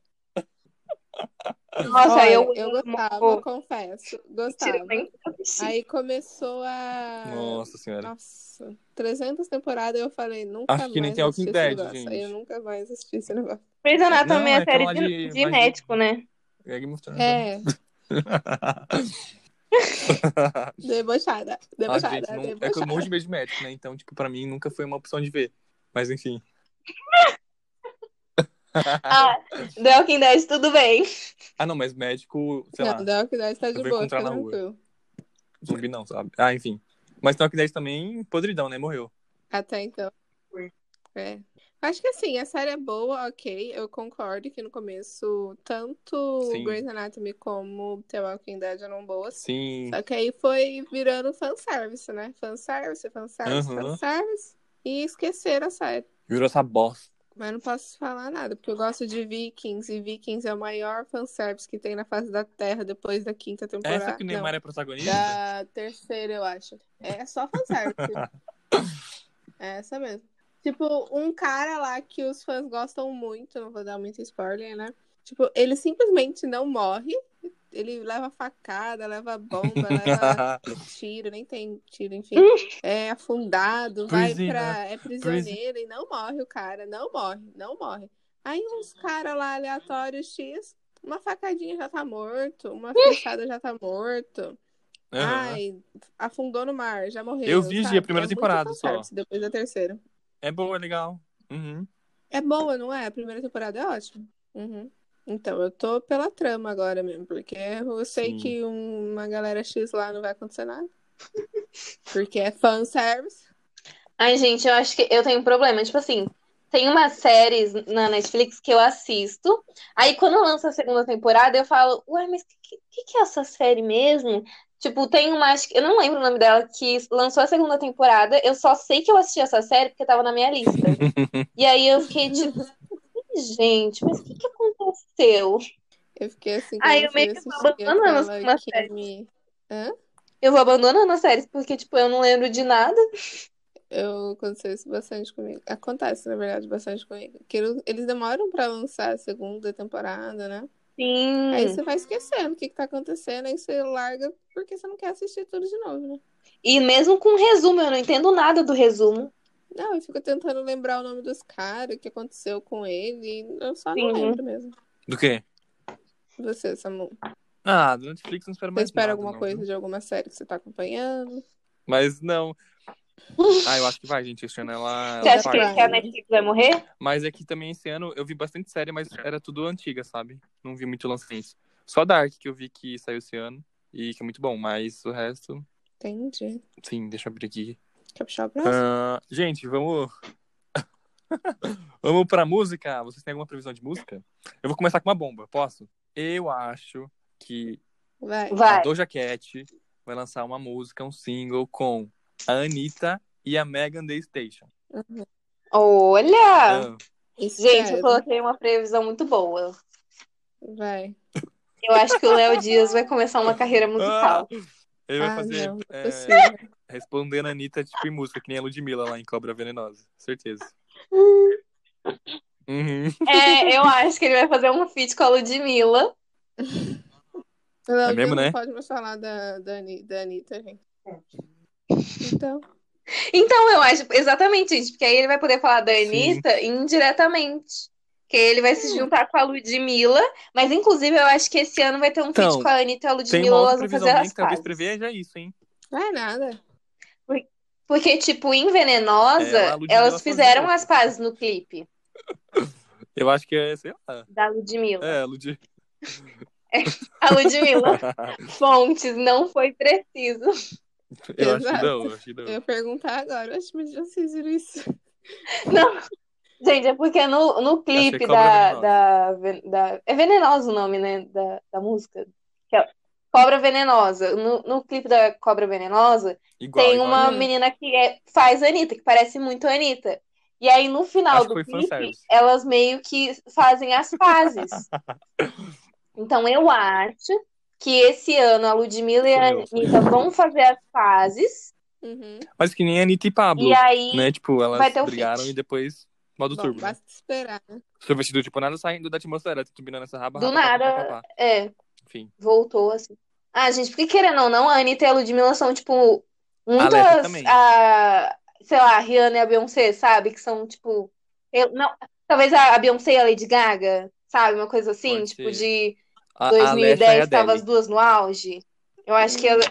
Nossa, Olha, eu, eu gostava, confesso. Mentira, Gostava. nem assisti. Aí começou a. Nossa senhora. Nossa, 300 temporadas eu falei, nunca Acho que nem mais tem assisti Walking esse Dead, negócio. Aí eu gente. nunca mais assisti esse negócio. Grey's Não, Anatomy é é a série aquela de, de- de mas- médico, né? É Game of (laughs) Thrones, né? Ah, É, (laughs) debochada. Nossa, Debochada, Ah, gente, não... é que eu debochada. morro de medo de médico, né? Então, tipo, pra mim nunca foi uma opção de ver. Mas (laughs) enfim. Ah, The Walking Dead, tudo bem. Ah, não, mas médico, sei lá, Não, The Walking Dead tá de vou boa, encontrar fica na rua. tranquilo. zumbi não, sabe? Ah, enfim. Mas Talk Dead também, podridão, né? Morreu. Até então. Foi. É. Acho que assim, a série é boa, ok. Eu concordo que no começo, tanto Sim. Grey's Anatomy como The Walking Dead eram boas. Sim. Só que aí foi virando fanservice, né? Fanservice, fanservice, Aham. fanservice. E esqueceram a série. Virou essa bosta. Mas não posso falar nada, porque eu gosto de Vikings. E Vikings é o maior fanservice que tem na face da Terra depois da quinta temporada. Essa que o Neymar é não, protagonista? da terceira, eu acho. É só (laughs) fanservice. é essa mesmo. Tipo, um cara lá que os fãs gostam muito, não vou dar muito spoiler, né? Tipo, ele simplesmente não morre. Ele leva facada, leva (laughs) bomba, leva tiro, nem tem tiro, enfim. É afundado, vai Prisoner, pra. É prisioneiro e não morre o cara, não morre, não morre. Aí uns caras lá aleatórios X, uma facadinha já tá morto, uma flechada já tá morto. Aham. Ai, afundou no mar, já morreu. Eu vi, sabe? Gi, a primeira É muito temporada só. fanservice Depois da terceira. É boa, é legal. Uhum. É boa, não é? A primeira temporada é ótima. Uhum. Então, eu tô pela trama agora mesmo, porque eu sei Sim. que um- uma galera X lá não vai acontecer nada. (laughs) Porque é fanservice. Ai, gente, eu acho que eu tenho um problema. Tipo assim, tem umas séries na Netflix que eu assisto. Aí quando lança a segunda temporada, eu falo, ué, mas que, que, que é essa série mesmo? Tipo, tem uma, acho que- eu não lembro o nome dela, que lançou a segunda temporada. Eu só sei que eu assisti essa série porque tava na minha lista. E aí eu fiquei tipo, "Ih, gente, mas o que, que aconteceu? Eu fiquei assim, Aí quando eu meio fui que tô assistir abandonando aquela algumas que séries. me- Eu vou abandonando as séries porque, tipo, eu não lembro de nada. Eu aconteceu isso bastante comigo. Acontece, na verdade, bastante comigo. Que eu- eles demoram pra lançar a segunda temporada, né? Aí Sim. você vai esquecendo o que, que tá acontecendo, aí você larga porque você não quer assistir tudo de novo, né? E mesmo com resumo, eu não entendo nada do resumo. Não, eu fico tentando lembrar o nome dos caras, o que aconteceu com ele, e eu só não Sim. lembro mesmo. Do quê? Você, Samu, Ah, do Netflix não espero você mais espera nada, alguma não, coisa viu? de alguma série que você tá acompanhando? Mas não. Ah, eu acho que vai, gente. Esse ano ela, ela Você acha Ela que, parte. vai. que a Netflix vai né? morrer? Mas é que também esse ano eu vi bastante série, mas era tudo antiga, sabe? Não vi muito lançamento. Só Dark que eu vi que saiu esse ano e que é muito bom, mas o resto. Entendi. Sim, deixa eu abrir aqui. Quer puxar o próximo? Ah, gente, vamos. (laughs) vamos pra música? Vocês têm alguma previsão de música? Eu vou começar com uma bomba, posso? Eu acho que Vai. a Vai. Doja Cat vai lançar uma música, um single com a Anitta e a Megan Thee Station. Olha! Ah, Gente, Espero. eu coloquei uma previsão muito boa. Vai. Eu acho que o Léo Dias vai começar uma carreira musical. Ele vai Ah, fazer não, não é é, possível. Respondendo a Anitta, tipo em música, que nem a Ludmilla lá em Cobra Venenosa. Certeza. Hum. Uhum. É, eu acho que ele vai fazer um feat com a Ludmilla. Não, É mesmo, não né? pode mais falar da, da, Ani- da Anitta, gente. Então, Então, eu acho, exatamente, gente, porque aí ele vai poder falar da Sim. Anitta indiretamente. Que ele vai se juntar com a Ludmilla, mas inclusive eu acho que esse ano vai ter um feat Então, com a Anitta e Tem a uma Ludmilla, outra elas vão previsão fazer minha as que talvez pazes. preveja isso, hein? não é nada. Porque, tipo, em Venenosa, É, a Ludmilla elas fizeram sozinha. as pazes no clipe Eu acho que é, sei lá. da Ludmilla. É, Lud... (laughs) A Ludmilla, fontes, não foi preciso. eu acho que Exato. não, eu acho que não. Eu ia perguntar agora, acho mas já vocês viram isso. Não. Gente, é porque no, no clipe Cobra da, Venenosa. da, ven- da- É venenoso o nome, né? Da, da música. Que é Cobra Venenosa. No, no clipe da Cobra Venenosa, Igual, tem igual. uma né? menina que é- faz a Anitta, que parece muito a Anitta. E aí, no final Acho que do foi clipe, fanservice. elas meio que fazem as (laughs) pazes. Então, eu acho que esse ano a Ludmilla e a Sou eu, sou Anitta vão fazer as pazes. Uhum. Mas que nem a Anitta e Pablo, E aí, né? Tipo, elas vai ter o brigaram feat. e depois modo Bom, turbo. Né? basta esperar. né? Sorvetido, tipo, nada saindo da atmosfera, turbinando essa raba, Do raba, pá, pá, nada. pá, pá, pá. é. Enfim. voltou assim. Ah, gente, porque querendo ou não, a Anitta e a Ludmilla são, tipo, Alexa muitas. também. A, sei lá, a Rihanna e a Beyoncé, sabe? Que são, tipo. eu- não, talvez a, a Beyoncé e a Lady Gaga, sabe? Uma coisa assim, Pode tipo, ser. de A, a Alexa é 2010 a estavam Adele. as duas no auge. Eu acho que ela.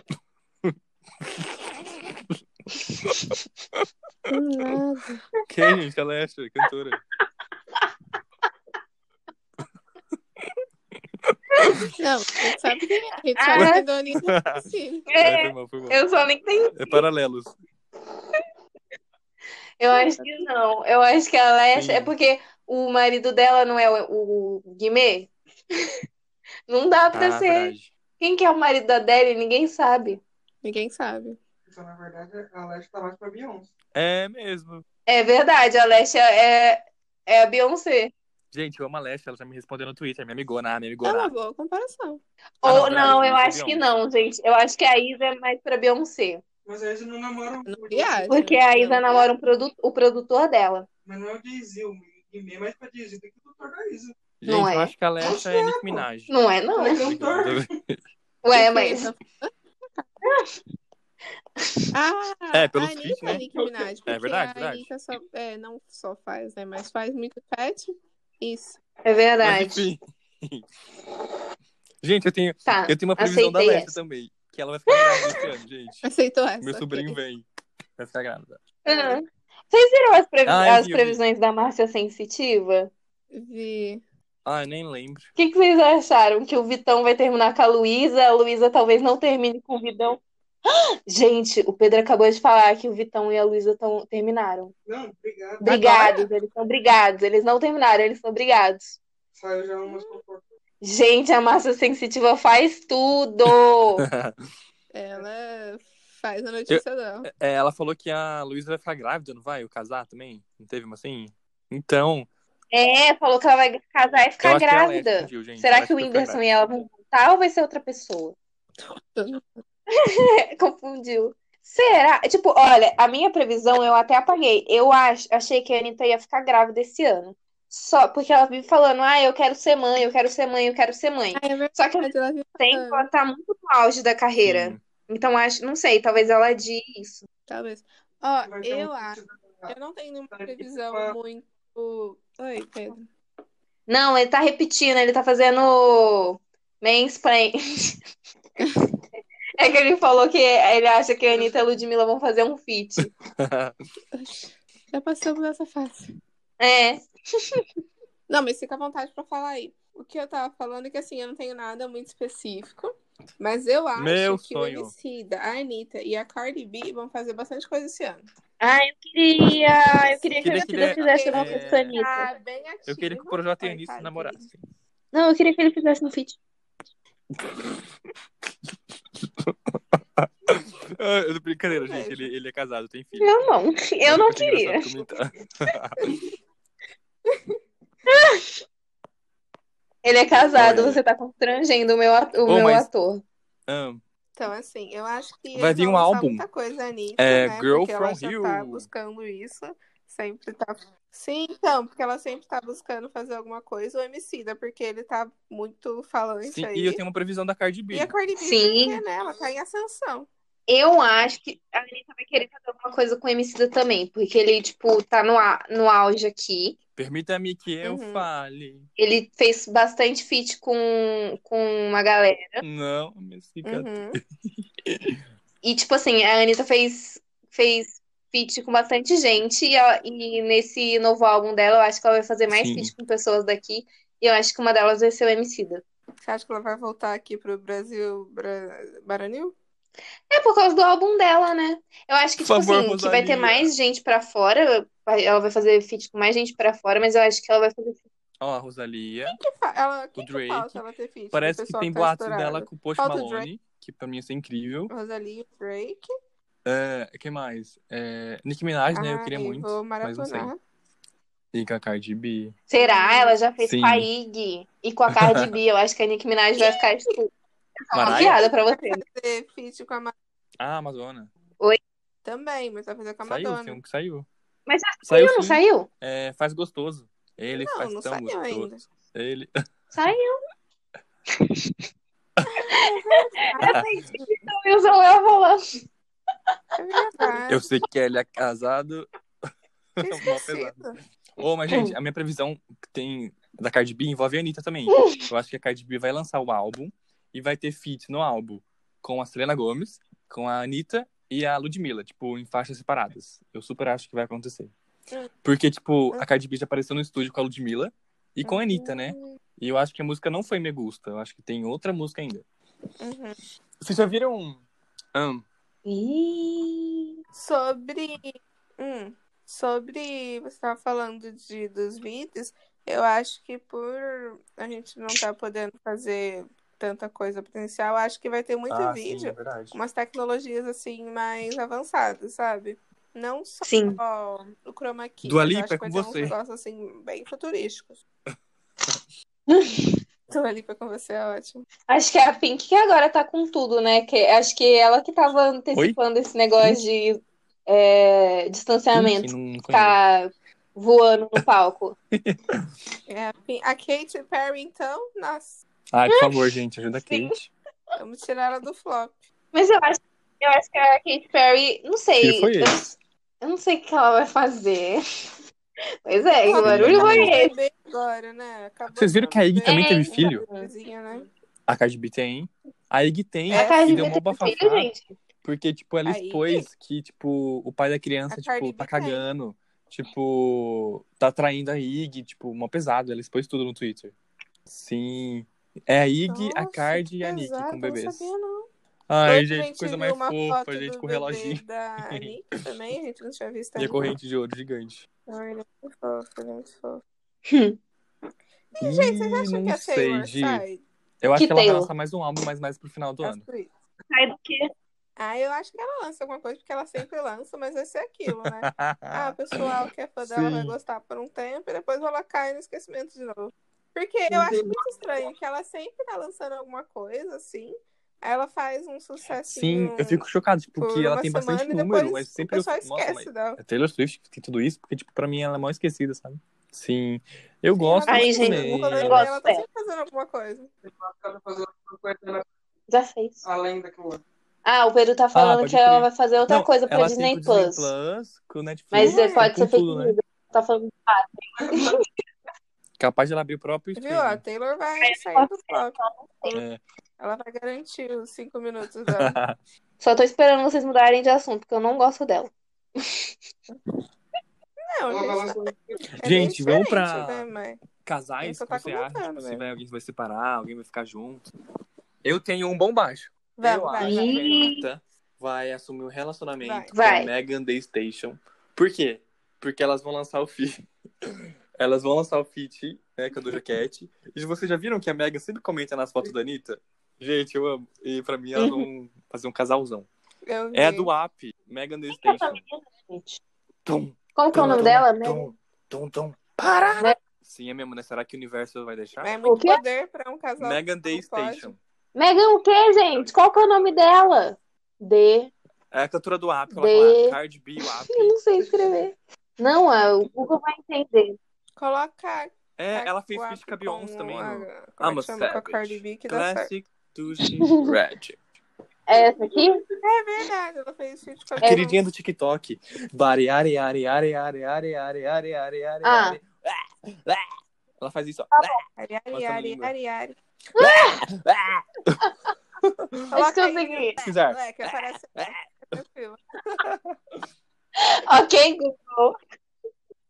Nada. Quem, gente? A Alexa, cantora. (laughs) Não, você sabe quem é. A gente Ah. sabe que é da Anitta. Sim. É, foi É, mal, foi mal. (laughs) eu só nem tenho. É paralelos. Eu acho que não. Eu acho que a Alexa. Sim. É porque o marido dela não é o, o Guimê? (laughs) Não dá pra ah, ser. verdade. Quem que é o marido da Adele? Ninguém sabe. Ninguém sabe. Então, na verdade, a Leste tá mais pra Beyoncé. É mesmo. É verdade, a Alessia é, é a Beyoncé. Gente, eu amo a Alexa, ela já me respondeu no Twitter, minha amigona, minha É uma amigona. boa comparação. Ah, não, Ou não, peraí, eu não acho sei que Beyoncé. não, gente. Eu acho que a Isa é mais pra Beyoncé. Mas aí você não namora um Não né? pouco. viaja. Porque a Não. Isa namora um produ- o produtor dela. Mas não é o Dizil, o Guimê é mais pra Dizil do que o doutor da Isa. Gente, Não eu é. acho que a Alexa é Nick Minaj. Não é, não. É cantor. Ué, mas. (laughs) Ah, É, pelos a Anitta feats, é a né? Nicki Minaj, porque verdade, a verdade. Anitta só, é, não só faz, né? Mas faz muito pet. Isso. É Mas, verdade. enfim. Gente, eu tenho, Tá. eu tenho uma previsão da Aceitei Alexa essa. também. Que ela vai ficar grávida esse ano, gente. Aceitou essa. Meu ok. sobrinho vem. Vai ficar grávida. Ah. Vocês viram as, previ- Ah, eu as vi, eu vi. previsões da Márcia Sensitiva? Vi. Ah, eu nem lembro. (laughs) O que, que vocês acharam? Que o Vitão vai terminar com a Luísa? A Luísa talvez não termine com o Vidão. (gasps) Gente, o Pedro acabou de falar que o Vitão e a Luísa tão- terminaram. Não, obrigado. Brigados, eles são brigados. Eles não terminaram, eles são brigados. Saiu já Hum, umas fofocas. Gente, a massa sensitiva faz (laughs) tudo. Ela faz a notícia dela. É, ela falou que a Luísa vai ficar grávida, não vai? O casar também? Não teve uma assim? Então, É, falou que ela vai casar e eu ficar acho que é a Alexa grávida. pediu, gente. Será Alexa que o vai ficar Whindersson grávida. e ela vão voltar ou vai ser outra pessoa? (laughs) Confundiu. Será? Tipo, olha, a minha previsão eu até apaguei. Eu ach- achei que a Anitta ia ficar grávida esse ano. Só porque ela vive falando, ah, eu quero ser mãe, eu quero ser mãe, eu quero ser mãe. Ah, é verdade, Só que ao ela viu. mesmo tempo ela tá muito no auge da é carreira. Sim. Então, acho, não sei, talvez ela adie isso. Talvez. Ó, Vai ter eu um acho. feat Eu não tenho nenhuma Vai ter previsão uma- muito. Oi, Pedro. Não, ele tá repetindo, ele tá fazendo mansplain. (laughs) É que ele falou que ele acha que a Anitta e a Ludmilla vão fazer um feat. Já passamos dessa fase. É, Não, mas fica à vontade pra falar aí. O que eu tava falando é que assim, eu não tenho nada muito específico, mas eu acho Meu que sonho. o Emicida, a Anitta e a Cardi B vão fazer bastante coisa esse ano. Ai, eu queria, eu Queria queria que a que Emicida ele- fizesse é, alguma coisa com a Anitta. Tá bem ativa. (laughs) Eu queria que o Projota e a Ai, Anitta Cardi B. namorassem. Não, eu queria que ele fizesse um feat. Ah, eu tô brincadeira, gente. Ele, ele é casado, tem filho. Eu não, eu não queria. Ele é casado, Olha. é você tá constrangendo o meu, at- o Ô, meu mas- ator. Ah, Então, assim, eu acho que Vai eles vir vão um lançar álbum. muita coisa nisso, É, né? Girl porque ela from já Rio. tá buscando isso. Sempre tá. Sim, então, porque ela sempre tá buscando fazer alguma coisa. O MC, porque ele tá muito falante Sim, aí. e eu tenho um uma previsão da Cardi B. E a Cardi B, Sim. porque, né, ela tá em ascensão. Eu acho que a Anitta vai querer fazer alguma coisa com o Emicida também, porque ele, tipo, tá no, a- no auge aqui. Permita-me que eu Uhum. fale. Ele fez bastante feat com, com uma galera. Não, me siga. Uhum. E, tipo assim, a Anitta fez, fez feat com bastante gente. E, ela- e nesse novo álbum dela, eu acho que ela vai fazer mais Sim. feat com pessoas daqui. E eu acho que uma delas vai ser o Emicida. Você acha que ela vai voltar aqui pro Brasil Bra... Baranil? É por causa do álbum dela, né? Eu acho que, Por tipo favor, assim, que vai ter Rosalía. mais gente pra fora. vai- Ela vai fazer feat com mais gente pra fora, mas eu acho que ela vai fazer. Ó, a Rosalia. Que fa- É, Ela... Quem que Drake. falta ela ter feat? Parece do que pessoal tem tá boatos estourado? dela com o Post Falta o Malone, que pra mim isso é incrível. Rosalie Drake. É, quem mais? É, Nicki Minaj, né? Eu queria Ai, muito, Ah, vou mas não sei. maratonar. E com a Cardi B. Será? Ela já fez Sim. com a Ig e com a Cardi B. Eu acho que a Nicki Minaj vai ficar, tipo, Tá uma Mariah? piada pra você. Fazer feat com a Ma- Ah, Madonna. também, mas vai fazer com a Saiu, Tá Madonna. é assim, tem um que saiu. Mas já Saiu, não sim. saiu? É, faz gostoso. Ele Não, faz não tão saiu gostoso. ainda. Ele. (laughs) Saiu. Ah, O Wilson Léo falou. é verdade. (laughs) Eu sei que ele é casado. Tinha Mó pesado. esquecido. Ô, mas, Hum. gente, a minha previsão que tem da Cardi B envolve a Anitta também. Hum. Eu acho que a Cardi B vai lançar o álbum e vai ter feat no álbum com a Selena Gomes, com a Anitta e a Ludmilla, tipo, em faixas separadas. Eu super acho que vai acontecer. Hum. Porque, tipo, a Cardi B já apareceu no estúdio com a Ludmilla e Hum. com a Anitta, né? E eu acho que a música não foi Me Gusta. Eu acho que tem outra música ainda. Uhum. Vocês já viram. um Ahn, Ih. Sobre. hum, sobre. Você estava falando de, dos vídeos. Eu acho que por a gente não tá podendo fazer tanta coisa potencial, acho que vai ter muito ah, sim, vídeo. é verdade. umas tecnologias assim mais avançadas, sabe? Não só Sim. o chroma key, Dua mas eu Lipa, acho é que vai com ter uns você. negócios assim bem (laughs) futurísticos. Dua Lipa com você é ótimo. Acho que é a Pink que agora tá com tudo, né? Que, acho que ela que tava antecipando esse negócio de é, distanciamento, Ih, não conheço. ficar voando no palco. É, enfim, a Kate Perry, então, nossa, Ai, por favor, gente, ajuda a Sim. Kate. vamos tirar ela do flop. Mas eu acho, eu acho que a Katy Perry, não sei, Que foi eu, esse? eu não sei o que ela vai fazer. Pois é, que Ela barulho acabou foi de esse? beber Agora, né? Acabou Vocês de viram que a Iggy beber. também teve É, filho? Coisinha, né? A Cardi B tem. A Iggy tem. É, A Cardi e B deu mó tem filho, bafafá. gente. Porque, tipo, ela A Iggy? expôs que, tipo, o pai da criança, A Cardi tipo, B tá tem. cagando. Tipo, tá traindo a Iggy, tipo, mó pesado. Ela expôs tudo no Twitter. Sim. É a Iggy, a Nossa, Cardi e a que Nick pesado, com bebês. Não sabia, não. Ai, Hoje a gente, coisa viu mais uma fofa, foto gente, do com bebê (laughs) reloginho. Da Nick também, a gente não tinha (laughs) visto E a ainda. corrente de ouro gigante. Ai, ele é muito fofo, ele é muito fofo. Hum. Ih, Gente, vocês acham Hum, não que é a sei, Taylor Gi. sai? Eu acho Que que ela vai Taylor? lançar mais um álbum, mas mais pro final do das ano. Brit? Sai do quê? Ah, eu acho que ela lança alguma coisa, porque ela sempre lança, mas vai ser aquilo, (laughs) né? Ah, o pessoal que é fã dela vai Sim. gostar por um tempo e depois ela cai no esquecimento de novo. Porque eu acho muito estranho que ela sempre tá lançando alguma coisa, assim, aí ela faz um sucesso Sim, eu fico chocado, tipo, por que ela uma tem semana bastante e número, depois mas o sempre eu pessoal fico, nossa, esquece mas dela. é Taylor Swift que tem tudo isso, porque, tipo, pra mim ela é mal esquecida, sabe? Sim, eu gosto Ai, mas gente, também. né? eu Quando eu gosto tá ela tá dela. sempre fazendo alguma coisa. Ela fazer alguma coisa Já fez. além daquilo lá. Ah, o Pedro tá falando pode que ela crer. vai fazer outra Não, coisa pra ela Disney tem com o Disney Plus. Plus, com o Mas Netflix, Não é. pode com ser fake tudo, né? news. Tá falando Capaz de ela abrir o próprio Viu? A streaming. Taylor vai sair do flop. Ela vai garantir os cinco minutos (laughs) dela. É. Só tô esperando vocês mudarem de assunto, porque eu não gosto dela. Não, Ela vai gente, lançar um é bem Gente, vamos pra- diferente, né, mãe? Casais, Eu só que tá você acha, comentando, tipo, se né? vai, alguém vai separar, alguém vai ficar junto. Eu tenho um bom baixo. Vai, eu vai, acho vai. que a Anitta vai assumir o relacionamento Vai. com Vai. a Megan Thee Station. Por quê? Porque elas vão lançar o feat. (laughs) Elas vão lançar o feat, né, com a Doja Cat. E vocês já viram que a Megan sempre comenta nas fotos da Anitta? Gente, eu amo. E pra mim elas (laughs) vão fazer um casalzão. Eu É a vi. do App, Megan Thee Quem que é Station. essa menina, gente? Tum, Como que é o nome dela? né? Tum, tum, tum. Para! Né? Sim, é mesmo, né? Será que o universo vai deixar? É O muito quê? poder pra um casal. Megan Thee não pode. Station. Megan o quê, gente? Qual que é o nome dela? D. É a cantora do app, ela De- fala Cardi B, o app. (laughs) Eu não sei escrever. Não, ah, o Google vai entender. Coloca. É, a- ela fez o feat com a app Beyoncé também. Ah, a- No... como I'm é que a chama? Com a Savage. Cardi B que dá certo. Classic do She Red. É essa aqui? É verdade, ela fez feat com a Queridinha do TikTok. Variare, are, are, are, are, are, are, are, are, Ah. are. Ela faz isso, ó. Ari, ari, Bota a ari, língua. ari, (laughs) ari. Ah! Acho que Coloca eu aí. consegui. Pesquisar. É, que aparece. É tranquilo. (laughs) Ok, Google.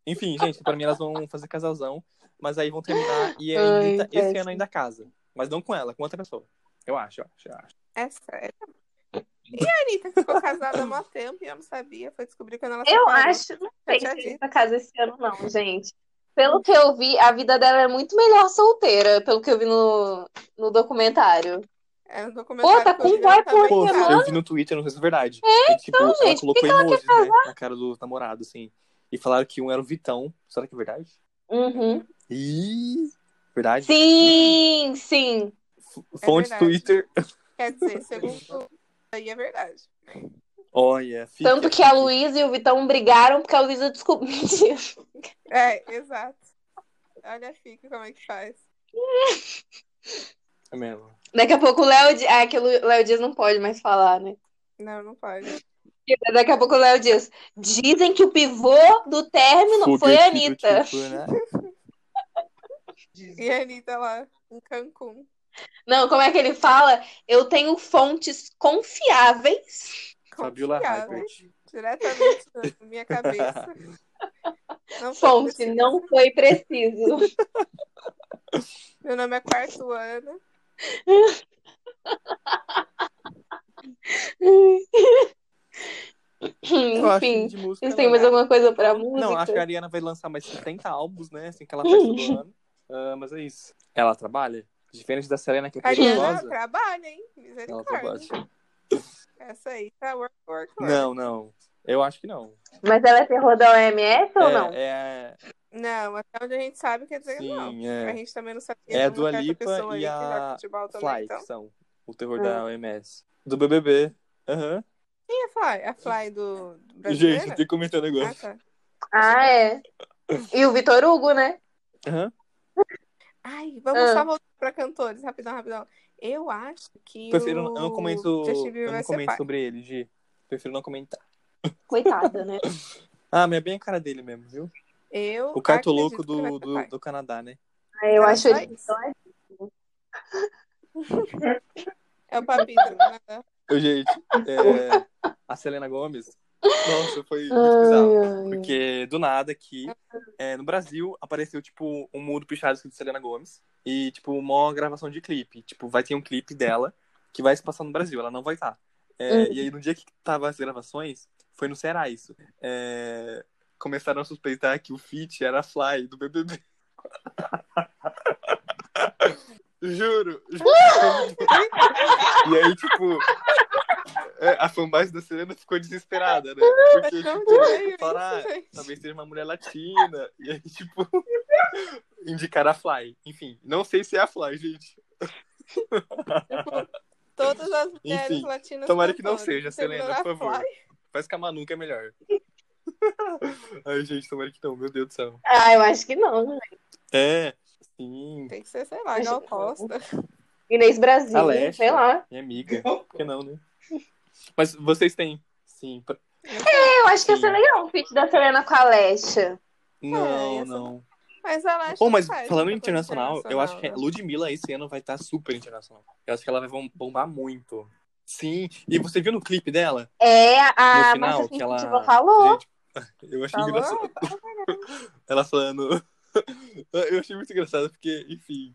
Enfim, gente, pra mim elas vão fazer casalzão, mas aí vão terminar e a Ai, Anitta esse péssimo. ano ainda casa. Mas não com ela, com outra pessoa. Eu acho, eu acho, eu acho. É sério. E a Anitta ficou casada há mó tempo e eu não sabia. Foi descobrir quando ela Eu separou. acho, não sei já se vi. essa casa esse ano, não, gente. Pelo que eu vi, a vida dela é muito melhor solteira, pelo que eu vi no, no documentário. É um documentário. Pô, tá que com eu vi, boy ela também Pô, Oi, tava- mano. eu vi no Twitter, não sei se é verdade. É, tipo, ela gente, por colocou que emojis, né, na cara do namorado, assim. E falaram que um era o Vitão. Será que é verdade? Uhum. Ih, verdade? Sim, sim. F- Fonte É verdade. Twitter. Quer dizer, segundo. Aí é verdade. Olha, fica. Tanto que a Luísa e o Vitão brigaram porque a Luísa descobriu. (laughs) Mentira. É, exato. Olha, fica como é que faz. É mesmo. Daqui a pouco o Léo Dias. Ah, que o Lu- Léo Dias não pode mais falar, né? Não, não pode. Daqui a pouco o Léo Dias. Dizem que o pivô do término foi a Foguete do Anitta. tipo, né? (laughs) Diz- E a Anitta lá em Cancún. Não, como é que ele fala? Eu tenho fontes confiáveis. Fabiola confiável, Hypert. Diretamente na minha cabeça. Não foi Fonte, preciso. não foi (laughs) preciso. Meu nome é Quarto Ana. Eu acho que Enfim, de música. vocês têm não. é mais alguma coisa pra música? Não, acho que a Ariana vai lançar mais 70 álbuns, né? Assim que ela faz todo ano. Ah, mas é isso. Ela trabalha? Diferente da Selena, que é A Ariana perigosa. trabalha, hein? Ela Misericórdia. trabalha. Essa aí tá work, work, work. Não, não. Eu acho que não. Mas ela é terror da OMS ou é, não? É, Não, até onde a gente sabe, quer dizer, que não. sim, A é. gente também não sabe É a de uma Dua certa Lipa pessoa aí e que a joga futebol também, Fly, então. que são o terror Ah. da OMS. Do BBB. Aham. Quem é Fly? A Fly do, do Gente, brasileiro? eu tô comentando agora. Ah, tá. Ah, é. E o Vitor Hugo, né? Aham. Ai, vamos Ah. só voltar pra cantores, rapidão, rapidão. Eu acho que Prefiro, o eu não comento, Justin Bieber eu vai não ser comento pai. sobre ele, Gi. Prefiro não comentar. Coitada, né? Ah, mas é bem a cara dele mesmo, viu? Eu O cartoloco acredito que ele vai do, ser do, pai. do Canadá, né? Ah, Eu É, acho só ele isso. É o papito, né? (laughs) Ô, gente, é, a Selena Gomes. Nossa, foi muito bizarro. Porque do nada aqui, é, no Brasil, apareceu, tipo, um muro pichado escrito Selena Gomes. E, tipo, uma gravação de clipe. Tipo, vai ter um clipe dela que vai se passar no Brasil. Ela não vai estar. É, Hum. E aí, no dia que tava as gravações, foi no Ceará isso. É, começaram a suspeitar que o feat era a Fly, do BBB. (laughs) Juro, juro. e aí, tipo, é, a fanbase da Selena ficou desesperada, né? Porque, Mas não tipo, veio falaram, Então, é isso, "Ah, (laughs) gente. talvez seja uma mulher latina. E aí, tipo, (laughs) indicaram a Fly. Enfim, não sei se é a Fly, gente. Todas as mulheres Enfim, latinas. tomara que não cantoras. seja, Selena, Segura por a favor. Fly. Faz com a Manu, que (laughs) é melhor. Ai, gente, tomara que não, meu Deus do céu. Ah, eu acho que não. né? É, sim, Tem que ser, sei lá, Gal Costa. Inês Brasil, Alexa. sei lá. minha amiga. Por que não, né? Mas vocês têm, sim. pra- Eu acho que ia Sim. ser legal um feat da Selena com a Alexa. É, Não, essa não. Mas ela acha Pô, mas que faz falando em muita né? coisa internacional, eu acho que é a internacional, Ludmilla esse ano vai estar super internacional. Eu acho que ela vai bom- bombar muito. Sim, e você viu no clipe dela? É, No Ah, a final, Márcia que ela. Sensitiva falou. Gente, (laughs) eu achei assim, tipo, Falou? (laughs) engraçado. Ela falando. (laughs) eu achei muito engraçado, porque, enfim.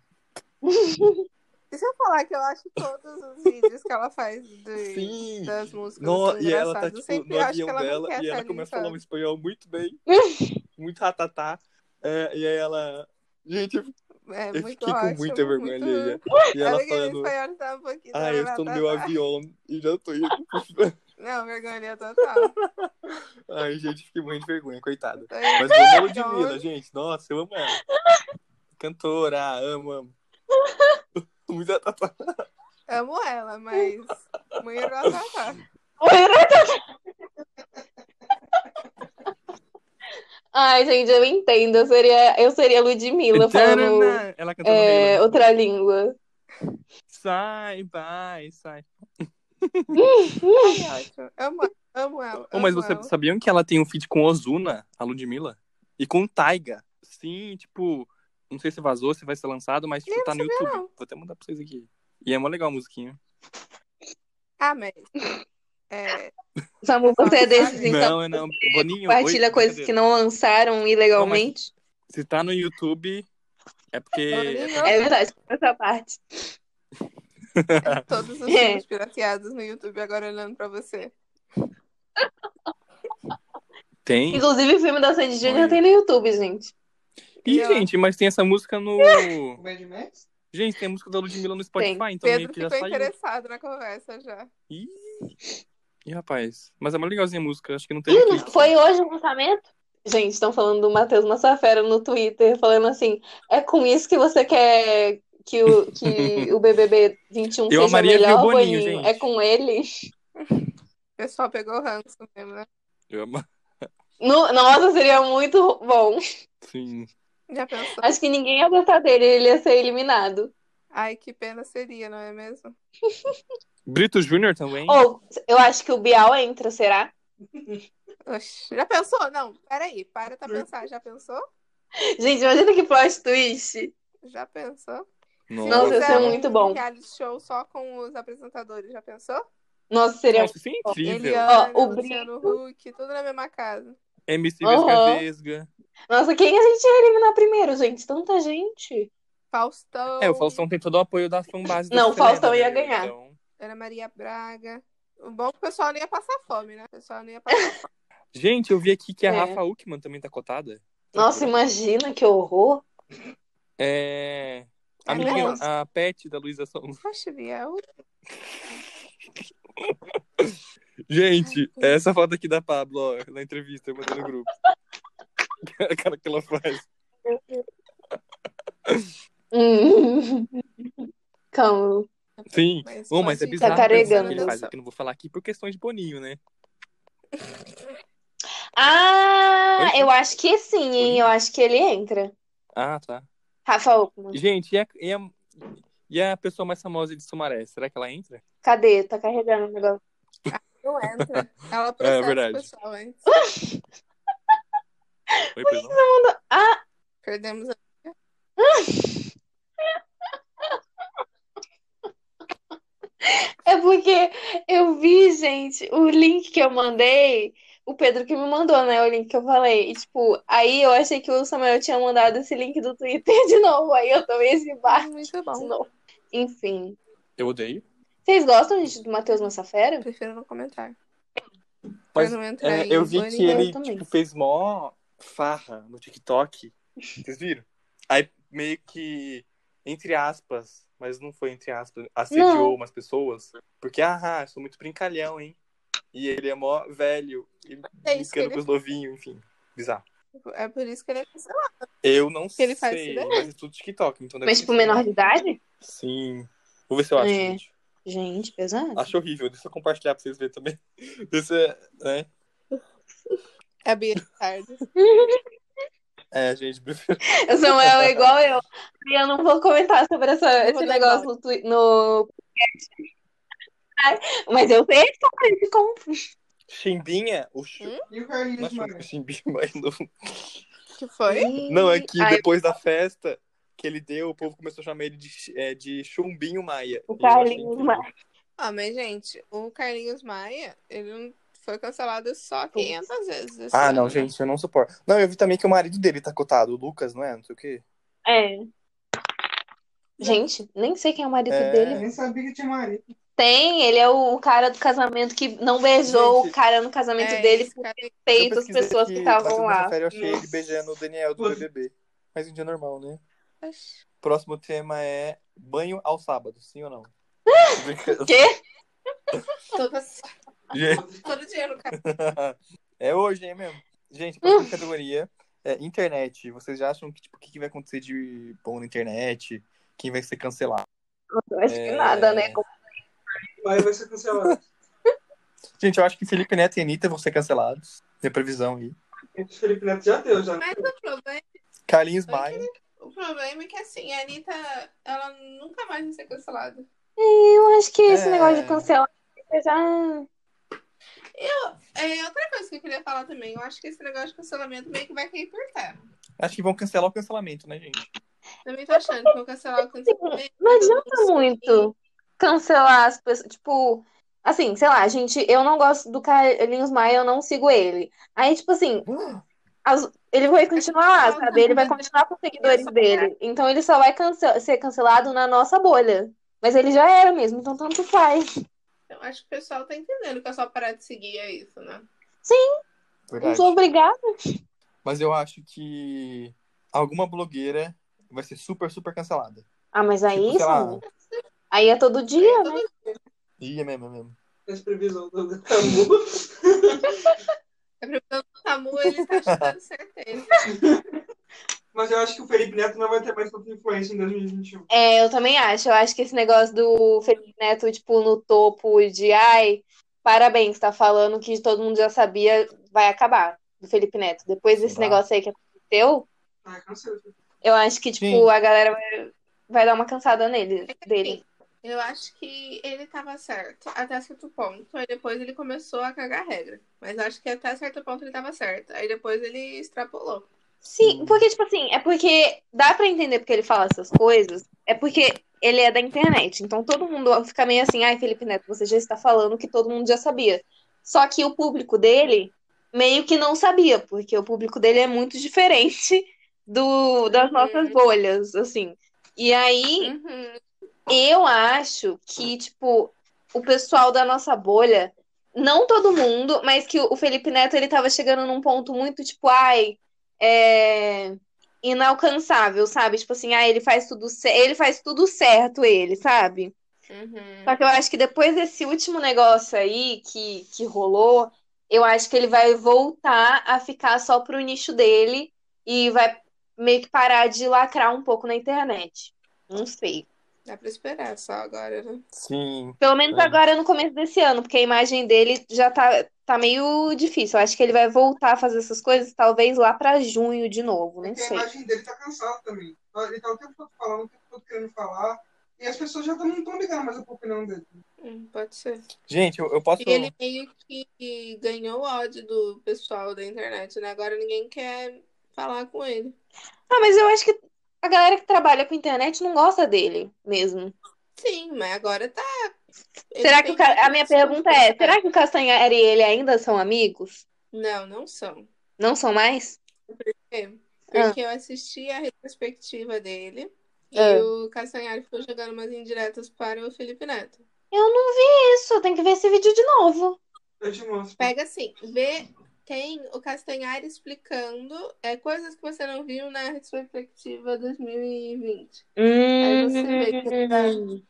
né? E se eu falar que eu acho todos os vídeos que ela faz de- Sim. das músicas No- assim, e ela tá, engraçadas, eu tipo, sempre no acho que avião ela não dela quer e ela sair, começa a falar um sabe? espanhol (laughs) muito bem. muito ratatá. É, e aí ela. Gente, eu É eu muito fiquei com ótimo, muita vergonha muito... (laughs) alheia. E ela Sabe aquele falando. espanhol que tá um pouquinho... Ah, eu estou no meu avião e já tô indo. Não, vergonha é total. (laughs) Ai, gente, fiquei muito de vergonha, coitada. Então, Mas eu (laughs) amo a Então- Ludmilla, gente. Nossa, eu amo (laughs) ela. Cantora, amo, amo. Muito atrapalhada. Amo ela, mas. Mãe era uma tatá. (laughs) Ai, gente, eu entendo. Eu seria, eu seria Ludmilla falando né? Tcharam! Ela cantando é, Halo. outra língua. Sai, vai, sai. Ai, ótimo. Amo, amo ela. Oh, mas amo você ela. sabiam que ela tem um feat com Ozuna, a Ludmilla? E com Taiga? Sim, tipo, não sei se vazou, se vai ser lançado, mas tipo, Eu tá no não sabia, YouTube. não. Vou até mandar pra vocês aqui. E é mó legal a musiquinha. Ah, mas. É, Samu, você é desses, então, não, é não. Boninho, compartilha oi, coisas que não é lançaram ilegalmente. Se tá no YouTube, é porque. Boninho, É verdade, essa parte. todos os É. filmes pirateados no YouTube agora olhando pra você. Tem. Inclusive, o filme da Olha. Sandy Júnior tem no YouTube, gente. Ih, E, ó. gente, mas tem essa música no. O Mad Max? Gente, tem a música da Ludmilla no Spotify, então meio Pedro que já ficou saiu. interessado na conversa já. Ih, Ih, rapaz. Mas é mó legalzinha a música, acho que não tem. Ih, clipe. não foi hoje o lançamento? Gente, estão falando do Matheus Massafera no Twitter, falando assim: é com isso que você quer que (laughs) o, que o BBB 21 Eu seja amaria ver o melhor, Boninho, gente. É com ele? O pessoal pegou o ranço mesmo, né? Eu amo. No- nossa, seria muito bom. Sim. Já pensou? Acho que ninguém ia gostar dele, ele ia ser eliminado. Ai, que pena seria, não é mesmo? Brito Júnior também. Ou eu acho que o Bial entra, será? Oxi, já pensou? Não, peraí, para pra pensar. Já pensou? Gente, imagina que plot twist. Já pensou? Nossa, ia Fizeram ser muito bom. Um reality show só com os apresentadores, já pensou? Nossa, seria. Nossa, isso é incrível. Eliana, Ó, o Luciano Huck, tudo na mesma casa. MC Aham. Vesga-Vesga. Nossa, quem a gente ia eliminar primeiro, gente? Tanta gente. Faustão, É, o Faustão tem todo o apoio da fanbase. da Não, o Serena, Faustão ia né? ganhar. Então- Ana Maria Braga. O bom é que o pessoal nem ia passar fome, né? O pessoal nem ia passar fome. Gente, eu vi aqui que a É. Rafa Uckman também tá cotada. Nossa, imagina que horror. É... A É menina, mesmo? a Pet da Luísa Sonza. Poxa, é Biel. Gente, é essa foto aqui da Pablo, ó, na entrevista, eu mandei no grupo. (laughs) A cara que ela faz. Hum. (laughs) Calma. Sim. Mas Bom, mas é pode- bizarro Tá a pergunta carregando. que ele faz, que eu não vou falar aqui por questões de Boninho, né? Ah, Oi? eu acho que sim, hein? Eu acho que ele entra. Ah, tá. Rafa Uckmann, Gente, e a, e a, e a pessoa mais famosa de Sumaré? Será que ela entra? cadê? Tá carregando o negócio. Não entra. (laughs) Ela processa É, verdade. o pessoal antes. Oi, perdão. Ah, Perdemos a... é porque eu vi, gente, o link que eu mandei. O Pedro que me mandou, né? O link que eu falei. E, tipo, aí eu achei que o Samuel tinha mandado esse link do Twitter (laughs) de novo. Aí eu tomei esse bar Muito de bom. novo. Enfim. Eu odeio. Vocês gostam, gente, do Matheus Massafera? Prefiro não comentar. Pra Mas não entrar é, em eu vi que banho. ele também. tipo, fez mó farra no TikTok. Vocês viram? Aí meio que, entre aspas, mas não foi entre aspas, assediou Não. umas pessoas. Porque, ah, sou muito brincalhão, hein? E ele é mó velho. E É isso que brincando ele com os novinhos, enfim. Bizarro. É por isso que ele é cancelado. Eu não Que ele faz sei, isso daí. mas é tudo TikTok. Então deve Mas, ser tipo, assim. menor de idade? Sim. Vou ver se eu acho, É. gente. Gente, pesado. Acho horrível. Deixa eu compartilhar pra vocês verem também. (laughs) Isso é, né? É a Bia tarde. É, gente, (laughs) prefiro. O Samuel é igual eu. E eu não vou comentar sobre essa- Não vou esse dar negócio no, twi- no podcast. Ai, Mas eu sei sobre esse conto. Chimbinha? O Ch... Hum? E o Carlinhos Não, acho Maia? que o (laughs) Chimbinha é mais novo. Que foi? Não, é que Ai, depois da festa que ele deu, o povo começou a chamar ele de, chi- é, de Chumbinho Maia. O E eu achei Carlinhos incrível. Maia. Ah, mas, gente, o Carlinhos Maia, ele não foi cancelado só 500 vezes. esse Ah, ano. né? não, gente, eu não suporto. Não, eu vi também que o marido dele tá cotado, o Lucas, não é? Não sei o quê. É. Gente, nem sei quem é o marido É. dele. Eu nem sabia que tinha marido. Tem, ele é o cara do casamento que não beijou Gente, o cara no casamento É, dele esse por cara- respeito Eu às pesquisei pessoas que aqui, estavam batendo na lá. fera, eu achei ele Nossa. beijando o Daniel do Nossa. BBB. Mas um dia normal, né? Oxi. Próximo tema é banho ao sábado, sim (laughs) ou não? Quê? (laughs) Todas- Gente, Todo dia no cara. (laughs) é hoje, hein, mesmo? (laughs) Gente, próxima categoria é internet. Vocês já acham que, tipo, o que que vai acontecer de bom na internet? Quem vai ser cancelado? Eu acho que É. nada, né? Aí vai ser cancelado. Gente, eu acho que Felipe Neto e Anitta vão ser cancelados. Minha previsão aí. O Felipe Neto já deu, já. Mas o problema, Carlinhos Maia. o problema é que assim, a Anitta, ela nunca mais vai ser cancelada. Eu acho que esse É. negócio de cancelar já. É, outra coisa que eu queria falar também, eu acho que esse negócio de cancelamento meio que vai cair por terra. Acho que vão cancelar o cancelamento, (gasps) né, gente? Também tô achando que vão cancelar o cancelamento. Não adianta muito cancelar as pessoas. Tipo, assim, sei lá, gente, eu não gosto do Carlinhos Maia, eu não sigo ele. Aí, tipo assim, as- ele vai continuar lá, sabe? Ele vai continuar com os seguidores dele. Então ele só vai cance- ser cancelado na nossa bolha. Mas ele já era mesmo, então tanto faz. Então, acho que o pessoal tá entendendo que é só parar de seguir, é isso, né? Não Verdade. sou obrigada. Mas eu acho que alguma blogueira vai ser super, super cancelada. Ah, mas aí, Tipo, sei lá. sabe? Aí é todo dia, né? Ih, é mesmo, é mesmo. Essa previsão do (laughs) do Camu. A previsão do Samu, ele (laughs) tá achando certeza. Mas eu acho que o Felipe Neto não vai ter mais tanta influência em 2021. É, eu também acho. Eu acho que esse negócio do Felipe Neto, tipo, no topo de ai, parabéns, tá falando que todo mundo já sabia, vai acabar do Felipe Neto. Depois desse Será? negócio aí que aconteceu, Ah, cancela. eu acho que, tipo, Sim. a galera vai, vai dar uma cansada nele, dele. Eu acho que ele tava certo até certo ponto. Aí depois ele começou a cagar regra. Mas acho que até certo ponto ele tava certo. Aí depois ele extrapolou. Sim, porque, tipo assim, é porque dá pra entender porque ele fala essas coisas, é porque ele é da internet. Então todo mundo fica meio assim, ai, Felipe Neto, você já está falando que todo mundo já sabia. Só que o público dele meio que não sabia, porque o público dele é muito (laughs) diferente do das nossas Uhum. bolhas, assim. E aí, Uhum. eu acho que, tipo, o pessoal da nossa bolha, não todo mundo, mas que o Felipe Neto ele tava chegando num ponto muito, tipo, ai, é inalcançável, sabe? Tipo assim, ai, ele faz tudo, ce- ele faz tudo certo, ele, sabe? Uhum. Só que eu acho que depois desse último negócio aí que, que rolou, eu acho que ele vai voltar a ficar só pro nicho dele e vai meio que parar de lacrar um pouco na internet. Não sei. Dá pra esperar só agora, né? Sim. Pelo menos É. agora no começo desse ano, porque a imagem dele já tá, tá meio difícil. Eu acho que ele vai voltar a fazer essas coisas, talvez lá pra junho de novo, não Porque a sei. imagem dele tá cansado também. Ele tá o tempo todo falando, o tempo todo querendo falar. E as pessoas já tão- não estão ligando mais a opinião dele. Hum, pode ser. Gente, eu, eu posso. E ele meio que ganhou o ódio do pessoal da internet, né? Agora ninguém quer falar com ele. Ah, mas eu acho que a galera que trabalha com internet não gosta dele mesmo. Sim, mas agora tá. Ele Será que o tem Ca- a minha pergunta é, será que o Castanhari e ele ainda são amigos? Não, não são. Não são mais? Ah. Porque eu assisti a retrospectiva dele e Ah. o Castanhari ficou jogando umas indiretas para o Felipe Neto. Eu não vi isso, tem que ver esse vídeo de novo. Eu te mostro. Pega assim, vê, tem o Castanhari explicando é, coisas que você não viu na retrospectiva 2020. Aí você vê que ele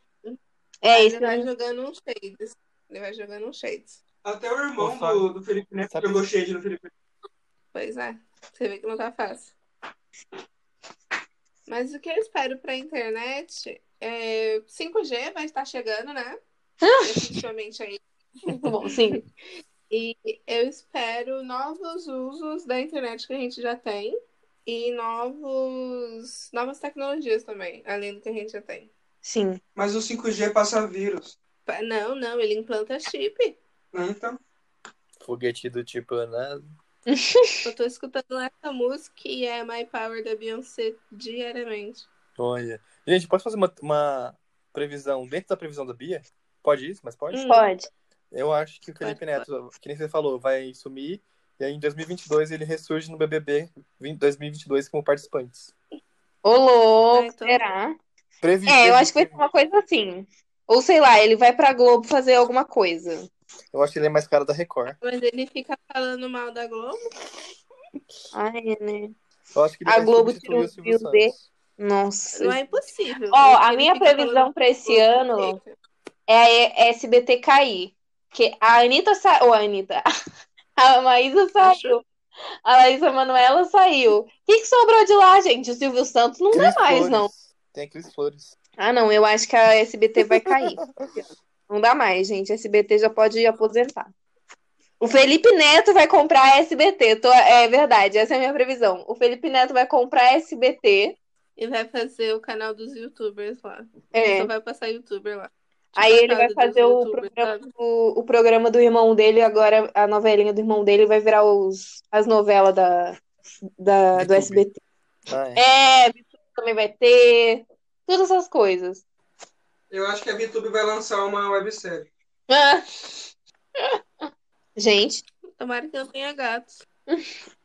É Aí isso. Ele vai jogando uns shades. Ele vai jogando uns shades. Até o Ô, irmão Fábio. do, do Felipe Neto Sabe- jogou shade no Felipe Neto. Pois é, você vê que não tá fácil. Mas o que eu espero pra internet é 5G vai estar chegando, né? Definitivamente aí. Muito bom, sim. E eu espero novos usos da internet que a gente já tem e novos, novas tecnologias também, além do que a gente já tem. Sim. Mas o 5G passa vírus. Pa- Não, não, ele implanta chip. Né? Então, Foguete do tipo, né? Eu tô escutando essa música que é My Power da Beyoncé diariamente. Olha. Gente, posso fazer uma, uma previsão dentro da previsão da Bia? Pode isso, mas pode? Hum. Pode. Eu acho que o Felipe Pode, Neto, que nem você falou, vai sumir. E aí em 2022 ele ressurge no BBB 20- 2022 como participantes. Ô, louco, Ah, então- será? Previ, É, eu previ- acho que vai ser uma coisa assim. Ou sei lá, ele vai pra Globo fazer alguma coisa. eu acho que ele é mais cara da Record. Mas ele fica falando mal da Globo. Ai, né? Eu acho que ele A vai Globo substituir tirou o Silvio o Bill Santos. Nossa. Não é impossível. Ó, Ele a minha fica previsão falando pra esse coisa ano feita. é a SBT cair. Porque a Anitta saiu. Ô, Anitta. (laughs) A Maísa saiu. A Laísa Manuela saiu. O que, que sobrou de lá, gente? O Silvio Santos não dá Cris mais, não. Flores. Tem a Cris Flores. Ah, não. Eu acho que a SBT vai cair. Não dá mais, gente. SBT já pode aposentar. O Felipe Neto vai comprar SBT. Tô- É verdade, essa é a minha previsão. O Felipe Neto vai comprar SBT. E vai fazer o canal dos youtubers lá. É. Só vai passar youtuber lá. Aí Tipo, ele a vai casa tá? fazer dos o youtubers, programa, sabe? o, o programa do irmão dele, agora a novelinha do irmão dele vai virar os, as novelas da, da- do YouTube. SBT. Ah, é. É, Vitor também vai ter. Todas essas coisas. (laughs) Eu acho que a VTube vai lançar uma websérie. Ah. Gente, Tomara que não tenha gatos.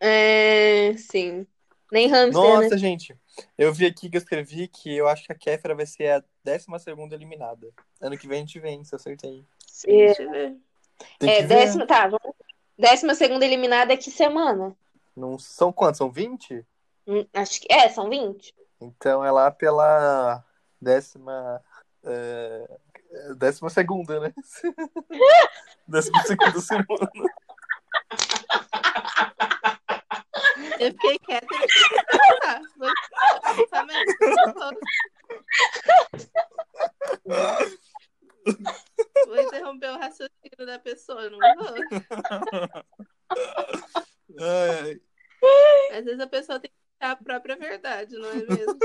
é, sim. Nem hamster, né? Nossa, gente. Eu vi aqui que eu escrevi que eu acho que a Kéfera vai ser a 12 eliminada. Ano que vem a gente vence, eu acertei. É. Deixa eu ver. Tem É, que ver. né? décima, tá, vamos- décima segunda eliminada é que semana? Não são quantos? São 20? Hum, Acho que é, são 20. Então é lá pela décima. eh, décima segunda, (laughs) né? décima segunda semana. Eu fiquei quieta. Tá, vou- tá mesmo. Vou interromper o raciocínio da pessoa, não vou. Ai, Às vezes a pessoa tem que achar a própria verdade, não é mesmo?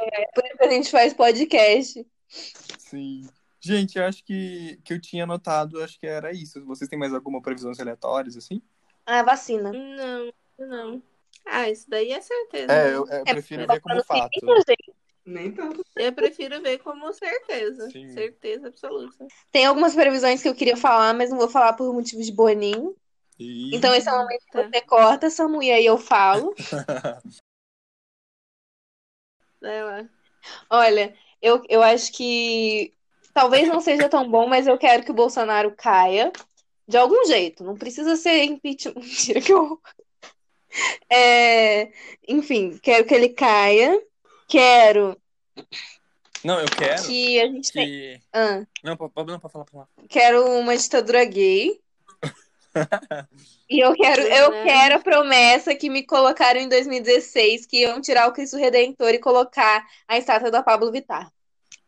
É por isso que a gente faz podcast. sim. Gente, eu acho que, que eu tinha anotado, acho que era isso. Vocês têm mais alguma previsão aleatórias, assim? Ah, vacina. Não, não. Ah, isso daí é certeza. É, né? eu, eu É, prefiro tá ver como falando fato. finito, gente. Nem tanto. Eu prefiro ver como certeza. Sim. Certeza absoluta. Tem algumas previsões que eu queria falar, mas não vou falar por motivos de Boninho. E- Então esse é o momento que Tá. você corta, Samu, e aí eu falo. Vai lá. Olha, eu, eu acho que talvez não seja tão bom, mas eu quero que o Bolsonaro caia de algum jeito. Não precisa ser impeachment. (laughs) Mentira, que horror. É, enfim, quero que ele caia. Quero Não, eu quero que a gente tenha. que. Ah, Não, pra, pra- não, pra falar pra lá. quero uma ditadura gay. E eu quero, eu Né? quero a promessa que me colocaram em 2016, que iam tirar o Cristo Redentor e colocar a estátua da Pablo Vittar.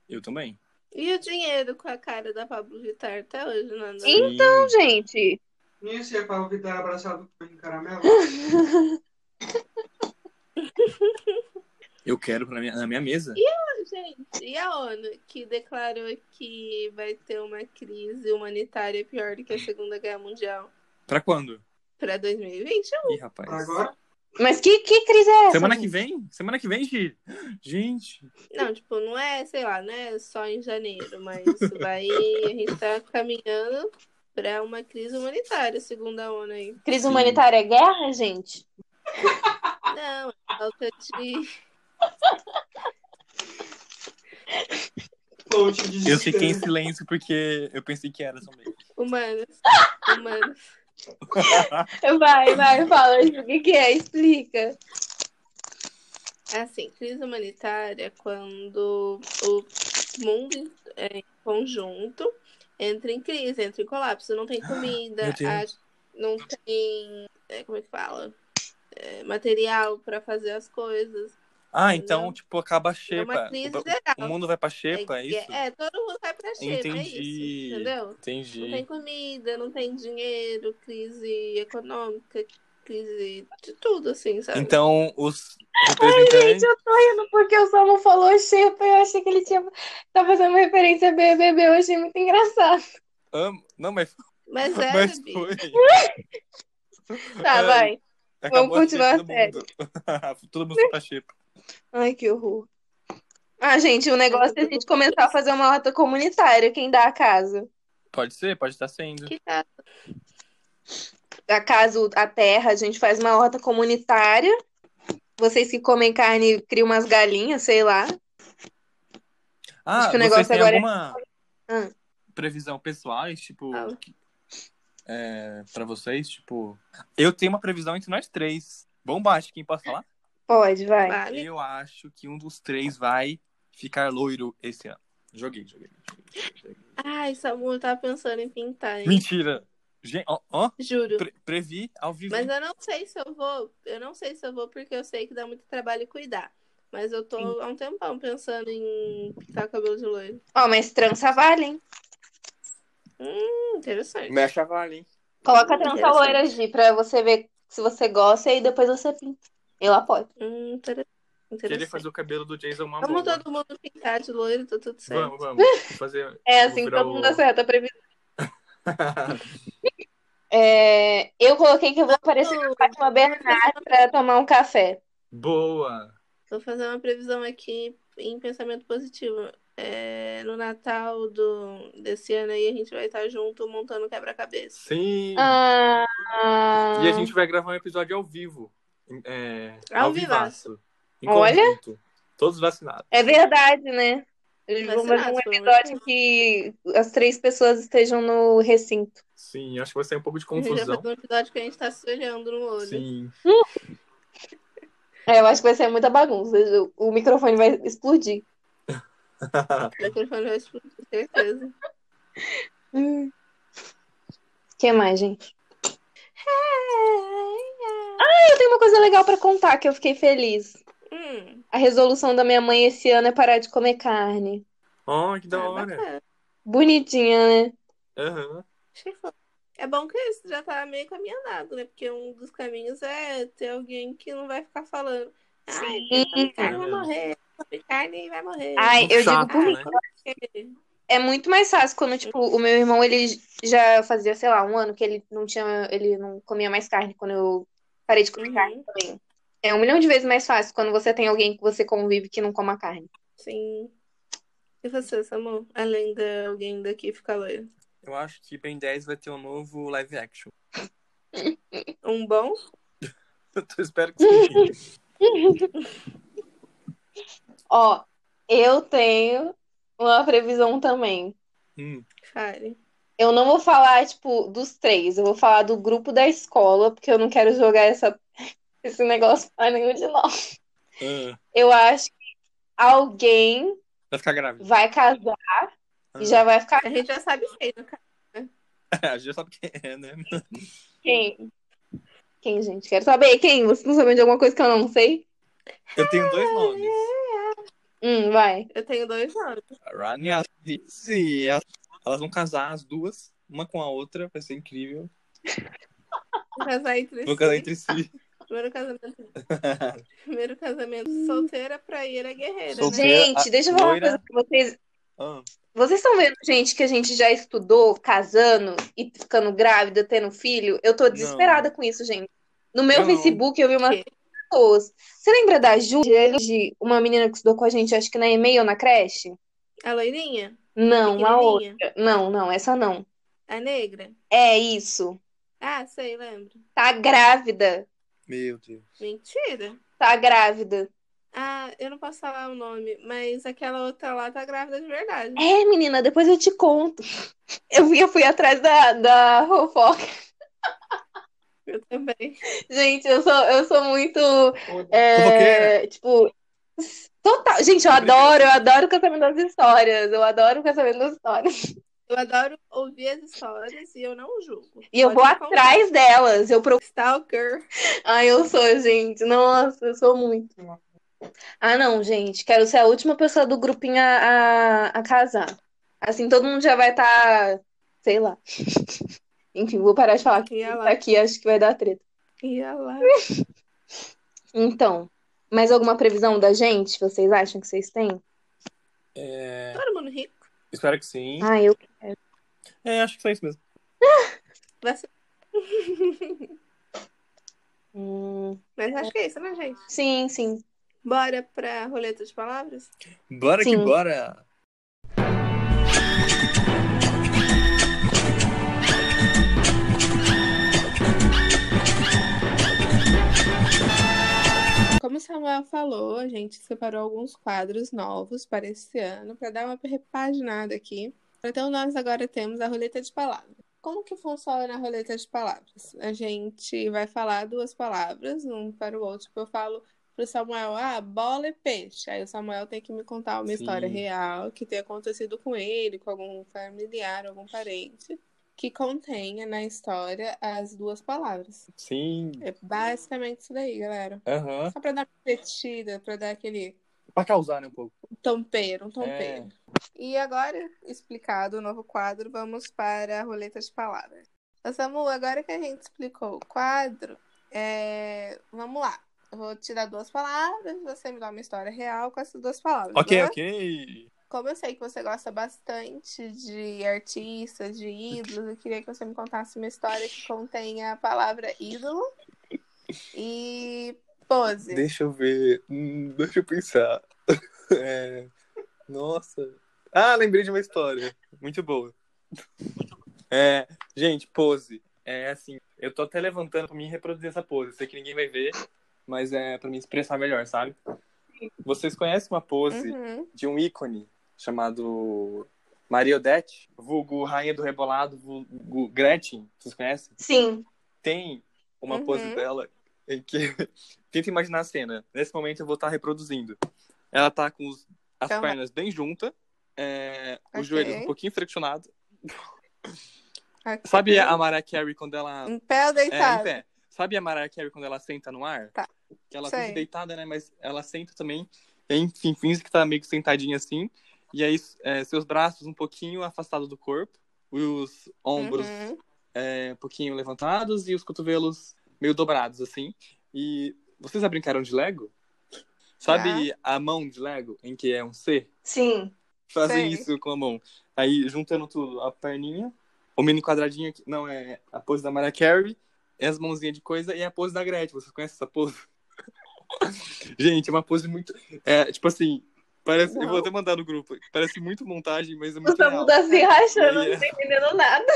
Eu também. Então- E o dinheiro com a cara da Pablo Vittar até hoje, não andou? Sim. Então, gente, Nisso ia é pra Vitar abraçado com um caramelo. Eu quero pra minha, na minha mesa. Gente, e a ONU, que declarou que vai ter uma crise humanitária pior do que a Segunda Guerra Mundial Pra quando? pra 2021? Ih, rapaz. (laughs) Pra agora? Mas que, que crise é essa? Semana gente? que vem? Semana que vem, Gi? Gente. Não, tipo, não é, sei lá, não é só em janeiro, mas vai. A gente tá caminhando pra uma crise humanitária, segundo a ONU aí. Crise Sim. humanitária é guerra, gente? Não, é falta de. Coach de (laughs) Eu fiquei em silêncio porque eu pensei que era também. Humanas. Humanas. Vai, vai, fala o que, que é, explica. Assim, crise humanitária é quando o mundo em- é, em conjunto entra em crise, entra em colapso. Não tem comida, Meu Deus. a- não tem. é, como é que fala? É, material para fazer as coisas. Ah, então, Não. tipo, acaba a É uma xepa. crise O, o geral. mundo vai pra xepa, é isso? É, é, todo mundo vai pra xepa, é Entendi. isso. Entendeu? Não tem Entendi. comida, não tem dinheiro, crise econômica, crise de tudo, assim, sabe? Então, os um representantes... eu tô rindo porque o Samu falou xepa e eu achei que ele tinha... tá fazendo uma referência a BBB, eu achei muito engraçado. Amo. Não, mas, (laughs) Mas é, mas Gabi. foi. Tá, É, vai. Acabou a xepa continuar do mundo. (laughs) Todo mundo foi pra xepa. Ai, que horror. Ah, gente, o negócio é a gente começar a fazer uma horta comunitária, quem dá a casa. Pode ser, pode estar sendo. Que tá A casa, a terra, a gente faz uma horta comunitária. Vocês que comem carne, criam umas galinhas, sei lá. Ah, Acho que o vocês negócio têm agora é- alguma Hum. previsão pessoal, tipo, Ah. que- é, pra vocês, tipo... Eu tenho uma previsão entre nós três. Bombástica, quem posso falar? Pode, vai. vale. Eu acho que um dos três vai ficar loiro esse ano. Joguei, joguei. joguei, joguei. Ai, Samu, eu tava tá pensando em pintar, hein? Mentira! Gente, ó, ó, Juro. pre- previ ao vivo. Mas eu não sei se eu vou. Eu não sei se eu vou, porque eu sei que dá muito trabalho cuidar. Mas eu tô há um tempão pensando em pintar o cabelo de loiro. Ó, mas trança vale, hein? Hum, interessante. Mexe a vale, hein? Coloca a trança Interessante. loira, Gi, pra você ver se você gosta e depois você pinta. Eu apoio. Hum, inter- Queria interessante. fazer o cabelo do Jason Momoa. Vamos todo mundo pintar de loiro, tá tudo certo. Vamos, vamos. Fazer... (laughs) É Vou assim que virar todo o- mundo acerta a previsão. É, eu coloquei que eu vou aparecer com a Fátima Bernardes pra tomar um café. (laughs) Boa! Vou fazer uma previsão aqui em pensamento positivo. É, no Natal do, desse ano aí, a gente vai estar junto montando quebra-cabeça. Sim! Ah, E a gente vai gravar um episódio ao vivo. É, Ao ao vivaço. Em Olha. conjunto. Todos vacinados. É verdade, né? ser Vamos massa, fazer um pelo menos. episódio que as três pessoas estejam no recinto. Sim, acho que vai sair um pouco de A gente vai confusão. fazer um episódio que a gente tá se olhando no olho. Sim. (laughs) É, eu acho que vai ser muita bagunça. O o microfone vai explodir. O microfone vai explodir, com certeza. Hum. que mais, gente? É. Eu tenho uma coisa legal pra contar que eu fiquei feliz. Hum, A resolução da minha mãe esse ano é parar de comer carne. Oh, que da é hora. bacana. Bonitinha, né? Aham. Achei fofo. É bom que isso já tá meio caminhado, né? Porque um dos caminhos é ter alguém que não vai ficar falando. Ai, come carne vai Sim. morrer, come carne vai morrer. Ai, eu digo Chato, por mim. né? É muito mais fácil quando, tipo, o meu irmão, ele já fazia, sei lá, um ano que ele não tinha, ele não comia mais carne quando eu parei de comer Uhum. carne também. É um milhão de vezes mais fácil quando você tem alguém que você convive que não coma carne. Sim. E você, Samu? Além de alguém daqui ficar loiro. Eu acho que Ben 10 vai ter um novo live action. (laughs) Um bom? Eu espero que sim. Ó, eu tenho uma previsão também. Hum, Fale. Eu não vou falar, tipo, dos três, eu vou falar do grupo da escola, porque eu não quero jogar essa, (laughs) esse negócio pra nenhum de nós. ah, Eu acho que alguém Vai ficar grávida. (laughs) vai casar Ah, e já vai ficar A gente já sabe quem, no caso. A gente já sabe quem é, né? Quem? Quem, gente? Quero saber quem? Vocês não sabem de alguma coisa que eu não sei? Eu tenho dois nomes. Hum, vai. Eu tenho dois nomes. A Rani e a Lizzie. Elas- Elas vão casar as duas, uma com a outra. Vai ser incrível. Vou casar Um entre Vão si. casar Um entre si. (laughs) Primeiro casamento. Primeiro casamento. Solteira, praieira, guerreira. né? Sol- Porque Gente, a deixa eu falar uma loira- coisa pra vocês. Ah, Vocês estão vendo, gente, que a gente já estudou casando e ficando grávida, tendo filho? Eu tô desesperada com isso, gente. No meu Não. Facebook eu vi umas Que? pessoas. Você lembra da Júlia, uma menina que estudou com a gente, acho que na e-mail ou na creche? A loirinha? Não, a Pequenininha? outra. Não, não, essa não. A negra? É isso. Ah, sei, lembro. Tá grávida. meu Deus. Mentira. Tá grávida. Ah, eu não posso falar o nome, mas aquela outra lá tá grávida de verdade. É, menina, depois eu te conto. Eu, fui- eu fui atrás da, da fofoca. Eu também. Gente, eu sou, eu sou muito. Foda-se. é, Fofoqueira? tipo. Total. Gente, eu adoro, eu adoro o casamento das histórias. Eu adoro o casamento das histórias. Eu adoro ouvir as histórias e eu não julgo. E eu Pode vou me contar. atrás delas. Eu procuro. Stalker. Ai, eu sou, gente. Nossa, eu sou muito. Ah, não, gente. Quero ser a última pessoa do grupinho a, a, a casar. Assim, todo mundo já vai estar. sei lá. (laughs) Enfim, vou parar de falar que E ela? aqui acho que vai dar treta. Ia lá. Então, mais alguma previsão da gente? Vocês acham que vocês têm? É, Todo mundo rico. Espero que sim. Ah, eu. É, acho que só isso mesmo. Vai ser- Hum, Mas acho que é isso, né, gente? Sim, sim. Bora pra roleta de palavras? Bora que Sim. bora! Como o Samuel falou, a gente separou alguns quadros novos para esse ano, para dar uma repaginada aqui. Então, nós agora temos a roleta de palavras. Como que funciona a roleta de palavras? A gente vai falar duas palavras, um para o outro. Tipo, eu falo pro Samuel, ah, bola e peixe. Aí o Samuel tem que me contar uma Sim. história real que tenha acontecido com ele, com algum familiar, algum parente, que contenha na história as duas palavras. Sim. É basicamente isso daí, galera. Aham. Só pra dar uma divertida, pra dar aquele Pra causar, né, um pouco. Tompeiro, um É. tompeiro. E agora, explicado o novo quadro, vamos para a roleta de palavras. Ô, Samu, agora que a gente explicou o quadro, é, vamos lá. Eu vou te dar duas palavras, você me dá uma história real com essas duas palavras. Ok, né? ok. Como eu sei que você gosta bastante de artistas, de ídolos, eu queria que você me contasse uma história que contenha a palavra ídolo e pose. Deixa eu ver. Hum, deixa eu pensar. (laughs) É, Nossa. Ah, lembrei de uma história. Muito boa. É, gente, pose. É assim, eu tô até levantando pra mim reproduzir essa pose. Sei que ninguém vai ver, mas é pra me expressar melhor, sabe? Vocês conhecem uma pose Uhum. de um ícone chamado Maria Odete, vulgo Rainha do Rebolado, vulgo Gretchen. Vocês conhecem? Sim. tem uma Uhum. pose dela em que. (laughs) Tenta imaginar a cena. Nesse momento eu vou estar reproduzindo. Ela tá com os- as Então vai. pernas bem juntas, é, Ok. os joelhos um pouquinho flexionados. Aqui. Sabe a Mariah Carey quando ela. Em pé ou É, em deitado? pé. Sabe a Mariah Carey quando ela senta no ar? Tá. Que ela Sei. fica deitada, né? Mas ela senta também. Enfim, finge que tá meio que sentadinha assim. E aí, é, seus braços um pouquinho afastados do corpo. Os ombros Uhum. é, um pouquinho levantados e os cotovelos meio dobrados, assim. E vocês já brincaram de Lego? Sabe a mão de Lego, em que é um C? Sim. Fazem Sei. isso com a mão. Aí, juntando tudo, a perninha, o mini quadradinho, aqui, não, é a pose da Mariah Carey, é as mãozinhas de coisa e a pose da Gretchen. Vocês conhecem essa pose? (laughs) Gente, é uma pose muito... É, tipo assim, parece... Eu vou Não. até mandar no grupo. Parece muito montagem, (laughs) mas é muito Todo real. mundo (laughs) se rachando, E aí, não tá (laughs) entendendo nada.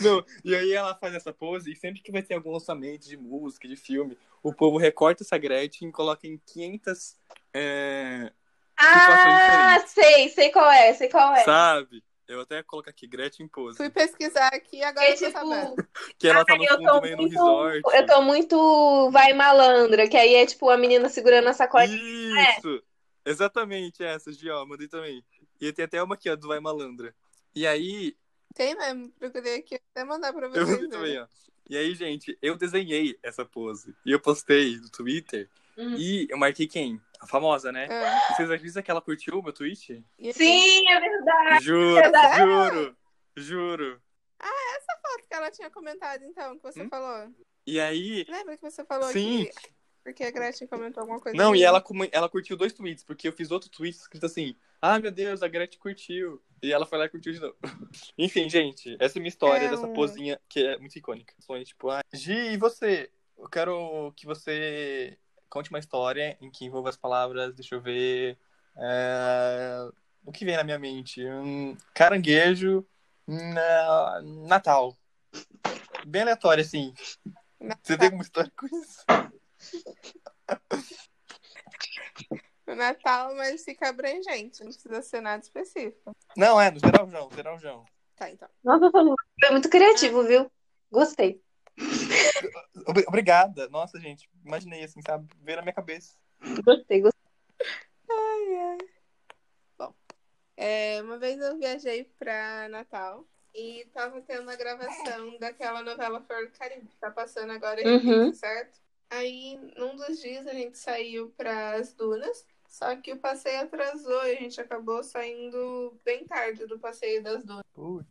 Não, e aí ela faz essa pose e sempre que vai ter algum lançamento de música, de filme, o povo recorta essa Gretchen e coloca em 500, é, Ah, sei, sei qual é, sei qual é. sabe? Eu até coloco aqui, Gretchen pose. Fui pesquisar aqui e agora É eu tô tipo, sabendo. Que ela tá ai, no eu fundo, tô meio no muito- resort. eu tô muito vai malandra, que aí é tipo a menina segurando a é. sacola. Isso! Exatamente essa, Gi, ó, mandei também. E tem até uma aqui, ó, do Vai Malandra. E aí, Tem mesmo, procurei aqui, vou até mandar pra eu vocês. mandei também, ó. E aí, gente, eu desenhei essa pose. E eu postei no Twitter. Hum. É. E eu marquei quem? A famosa, né? Ah, E vocês acreditam que ela curtiu o meu tweet? e aí, Sim, é verdade. Juro, verdade. juro, juro. foto que ela tinha comentado então, que você Hum? falou. E aí. Lembra que você falou Sim. aqui? Porque a Gretchen comentou alguma coisa. Não, e minha. ela, comu- ela curtiu dois tweets, porque eu fiz outro tweet escrito assim: Ah, meu Deus, a Gretchen curtiu. E ela foi lá e curtiu de novo. (laughs) Enfim, gente, essa é a minha história É dessa um- posinha que é muito icônica. Foi tipo, ah, Gi, e você? Eu quero que você conte uma história em que envolva as palavras, deixa eu ver. é, O que vem na minha mente? Hum, caranguejo. na- Natal. Bem aleatório, assim. Você tem alguma história com isso? No Natal, mas fica abrangente, não precisa ser nada específico. Não, é, no geral, João, geral, João. Tá, então. Nossa, foi muito criativo, viu? Gostei. Obri- Obrigada. Nossa, gente, imaginei assim, sabe? Veio na minha cabeça. Gostei, gostei. É, uma vez eu viajei pra Natal e tava tendo a gravação daquela novela Flor do Caribe, que tá passando agora, em Uhum. Ibiza, certo? Aí, num dos dias, a gente saiu pras dunas, só que o passeio atrasou e a gente acabou saindo bem tarde do passeio das dunas. Putz.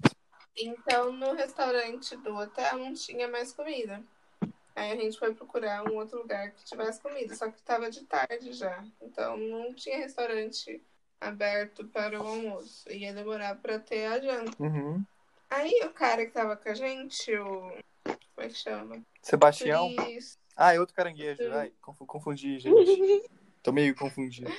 Então, no restaurante do hotel não tinha mais comida. Aí a gente foi procurar um outro lugar que tivesse comida, só que tava de tarde já. Então, não tinha restaurante aberto para o almoço. Ia demorar para ter a janta. Uhum. Aí o cara que tava com a gente, o. Como é que chama? Sebastião. Cris. Ah, é outro caranguejo. Ai, confu- confundi, gente. Tô meio confundido.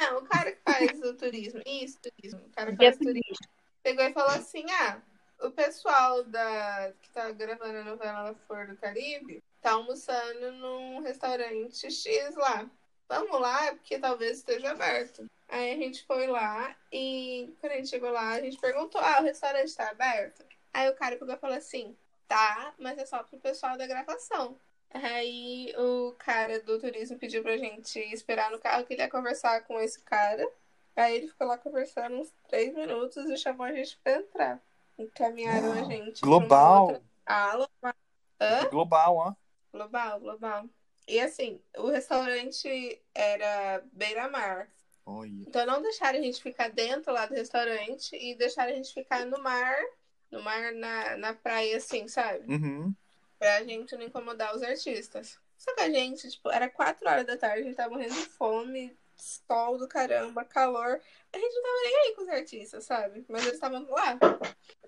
Não, o cara que faz o turismo. Isso, turismo. O cara que Guia faz o turismo. pegou e falou assim: ah, o pessoal da, que tá gravando a novela La Flor do Caribe tá almoçando num restaurante X lá. Vamos lá, é porque talvez esteja aberto. Aí a gente foi lá e quando a gente chegou lá, a gente perguntou: ah, o restaurante tá aberto? Aí o cara pegou e falou assim: tá, mas é só pro pessoal da gravação. Aí o cara do turismo pediu pra gente esperar no carro que ele ia conversar com esse cara. Aí ele ficou lá conversando uns três minutos e chamou a gente pra entrar. Encaminharam a gente. pra um uma Global. outra sala. Hã? Global, ó. Global, global. E assim, o restaurante era beira-mar. Olha. Então não deixaram a gente ficar dentro lá do restaurante e deixaram a gente ficar no mar, no mar na, na praia, assim, sabe? Uhum. Pra gente não incomodar os artistas. Só que a gente, tipo, era quatro horas da tarde, a gente tava morrendo de fome, sol do caramba, calor. A gente não tava nem aí com os artistas, sabe? Mas eles estavam lá.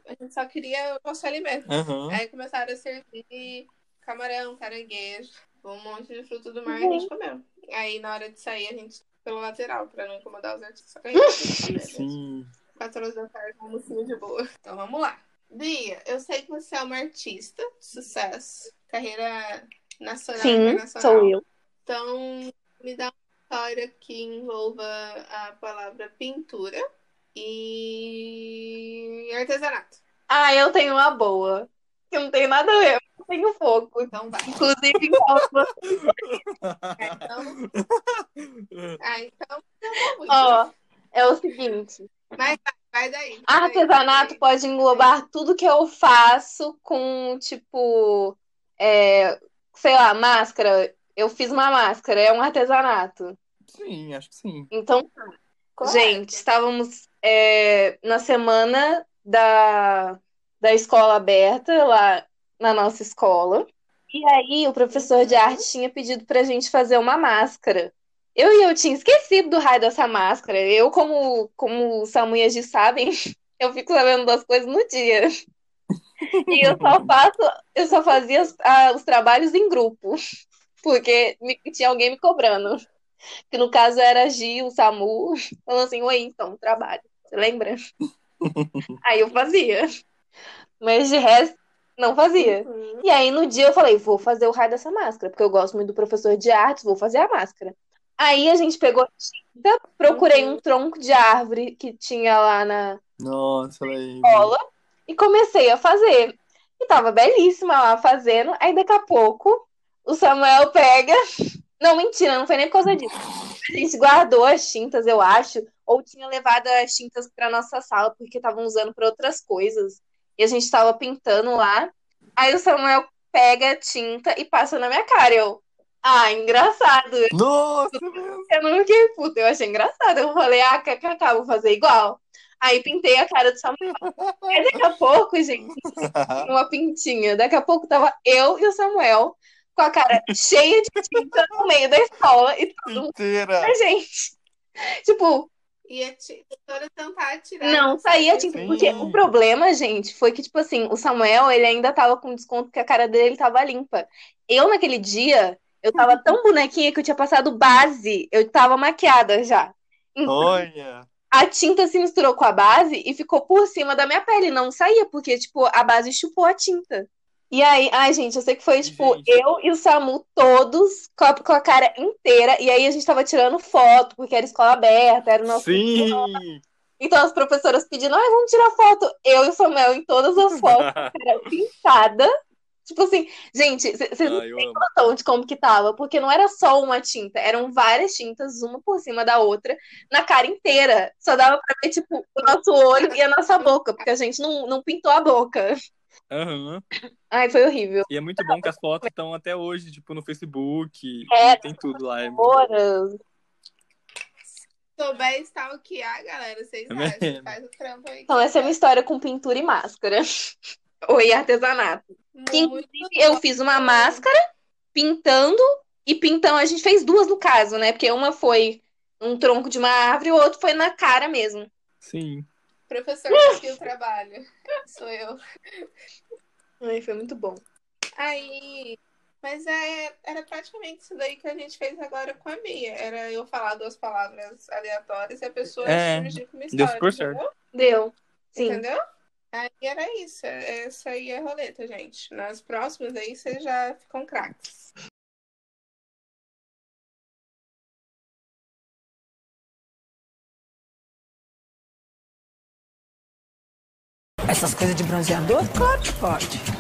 A gente só queria o nosso alimento. Aham. Aí começaram a servir camarão, caranguejo, um monte de fruto do mar e a Uhum. gente comeu. Aí na hora de sair a gente pelo lateral, pra não incomodar os artistas. Só que a gente comeu, né? Sim. Quatro horas da tarde, um almocinho de boa. Então vamos lá. Bia, eu sei que você é uma artista de sucesso, carreira nacional e Sim, internacional. sou eu. Então, me dá uma história que envolva a palavra pintura e artesanato. Ah, eu tenho uma boa. Que não tem nada a ver, eu tenho pouco. Então vai. (laughs) Inclusive, envolve- (laughs) Então, ah, então ó, é o seguinte: vai daí. vai daí, artesanato vai pode englobar tudo que eu faço com, tipo, é, sei lá, máscara. Eu fiz uma máscara, é um artesanato. (laughs) Sim, acho que sim. Então, daí. gente, estávamos é, na semana da, da escola aberta, lá na nossa escola. E aí, o professor de arte tinha pedido pra gente fazer uma máscara. Eu e eu tinha esquecido do raio dessa máscara. Eu, como, como Samuias de sabem, (laughs) eu fico sabendo das coisas no dia. E eu só faço, eu só fazia os, a- os trabalhos em grupo, porque me- tinha alguém me cobrando. Que no caso era a Gi, o Samu, falando assim, oi, então, trabalho, você lembra? Aí eu fazia. Mas de resto, não fazia. Uhum. E aí no dia eu falei, vou fazer o raio dessa máscara, porque eu gosto muito do professor de artes, vou fazer a máscara. Aí a gente pegou tinta, procurei um tronco de árvore que tinha lá na, Nossa, lembro. escola e comecei a fazer. E tava belíssima lá fazendo. Aí daqui a pouco o Samuel pega. (laughs) Não, mentira, não foi nem por causa disso. A gente guardou as tintas, eu acho, ou tinha levado as tintas para nossa sala porque estavam usando para outras coisas. E a gente tava pintando lá. Aí o Samuel pega a tinta e passa na minha cara. Eu, ah, engraçado. Nossa, mesmo. Eu não fiquei puta, eu achei engraçado. Eu falei, ah, kkk, vou fazer igual. Aí pintei a cara do Samuel. Aí daqui a pouco, gente, Ah. (laughs) uma pintinha. Daqui a pouco tava eu e o Samuel com a cara cheia de tinta no meio da escola e todo mundo Mentira. a gente. Tipo, E a ti- a doutora tentar atirar. não é saía tinta. Sim. Porque o problema, gente, foi que, tipo assim, o Samuel, ele ainda tava com desconto que a cara dele tava limpa. Eu, naquele dia, eu tava tão bonequinha que eu tinha passado base. Eu tava maquiada já. Então, Olha. a tinta se misturou com a base e ficou por cima da minha pele, não saía, porque, tipo, a base chupou a tinta. E aí, ai, gente, eu sei que foi, tipo, Gente. eu e o Samu todos com a, com a cara inteira, e aí a gente tava tirando foto, porque era escola aberta, era o nosso. Sim. Então as professoras pedindo, ai, vamos tirar foto. Eu e o Samuel em todas (laughs) as fotos, cara, pintada. Tipo assim, gente, c- vocês Ah, eu amo. noção de como que tava, porque não era só uma tinta, eram várias tintas, uma por cima da outra, na cara inteira. Só dava pra ver, tipo, o nosso olho e a nossa boca, porque a gente não, não pintou a boca. Aham. Ai, foi horrível. E é muito bom que as fotos estão até hoje, tipo, no Facebook. É, tem tudo lá. É muito bom. Horas. Se souber stalkear, galera, vocês É mesmo. acham. Faz o trampo aí. Então, essa é a minha história com pintura e máscara. (laughs) Oi, artesanato. Que, Muito inclusive, eu fiz uma máscara pintando, e pintando, a gente fez duas no caso, né? Porque uma foi um tronco de uma árvore e o outro foi na cara mesmo. Sim. Professor, aqui o trabalho. (laughs) Sou eu. Ai, foi muito bom. Aí. Mas é, era praticamente isso daí que a gente fez agora com a Bia. Era eu falar duas palavras aleatórias e a pessoa É, surgir com uma deu história. super certo. entendeu? Deu. Sim. Entendeu? Aí era isso. Essa aí é a roleta, gente. Nas próximas aí vocês já ficam craques. Essas coisas de bronzeador? Claro que pode.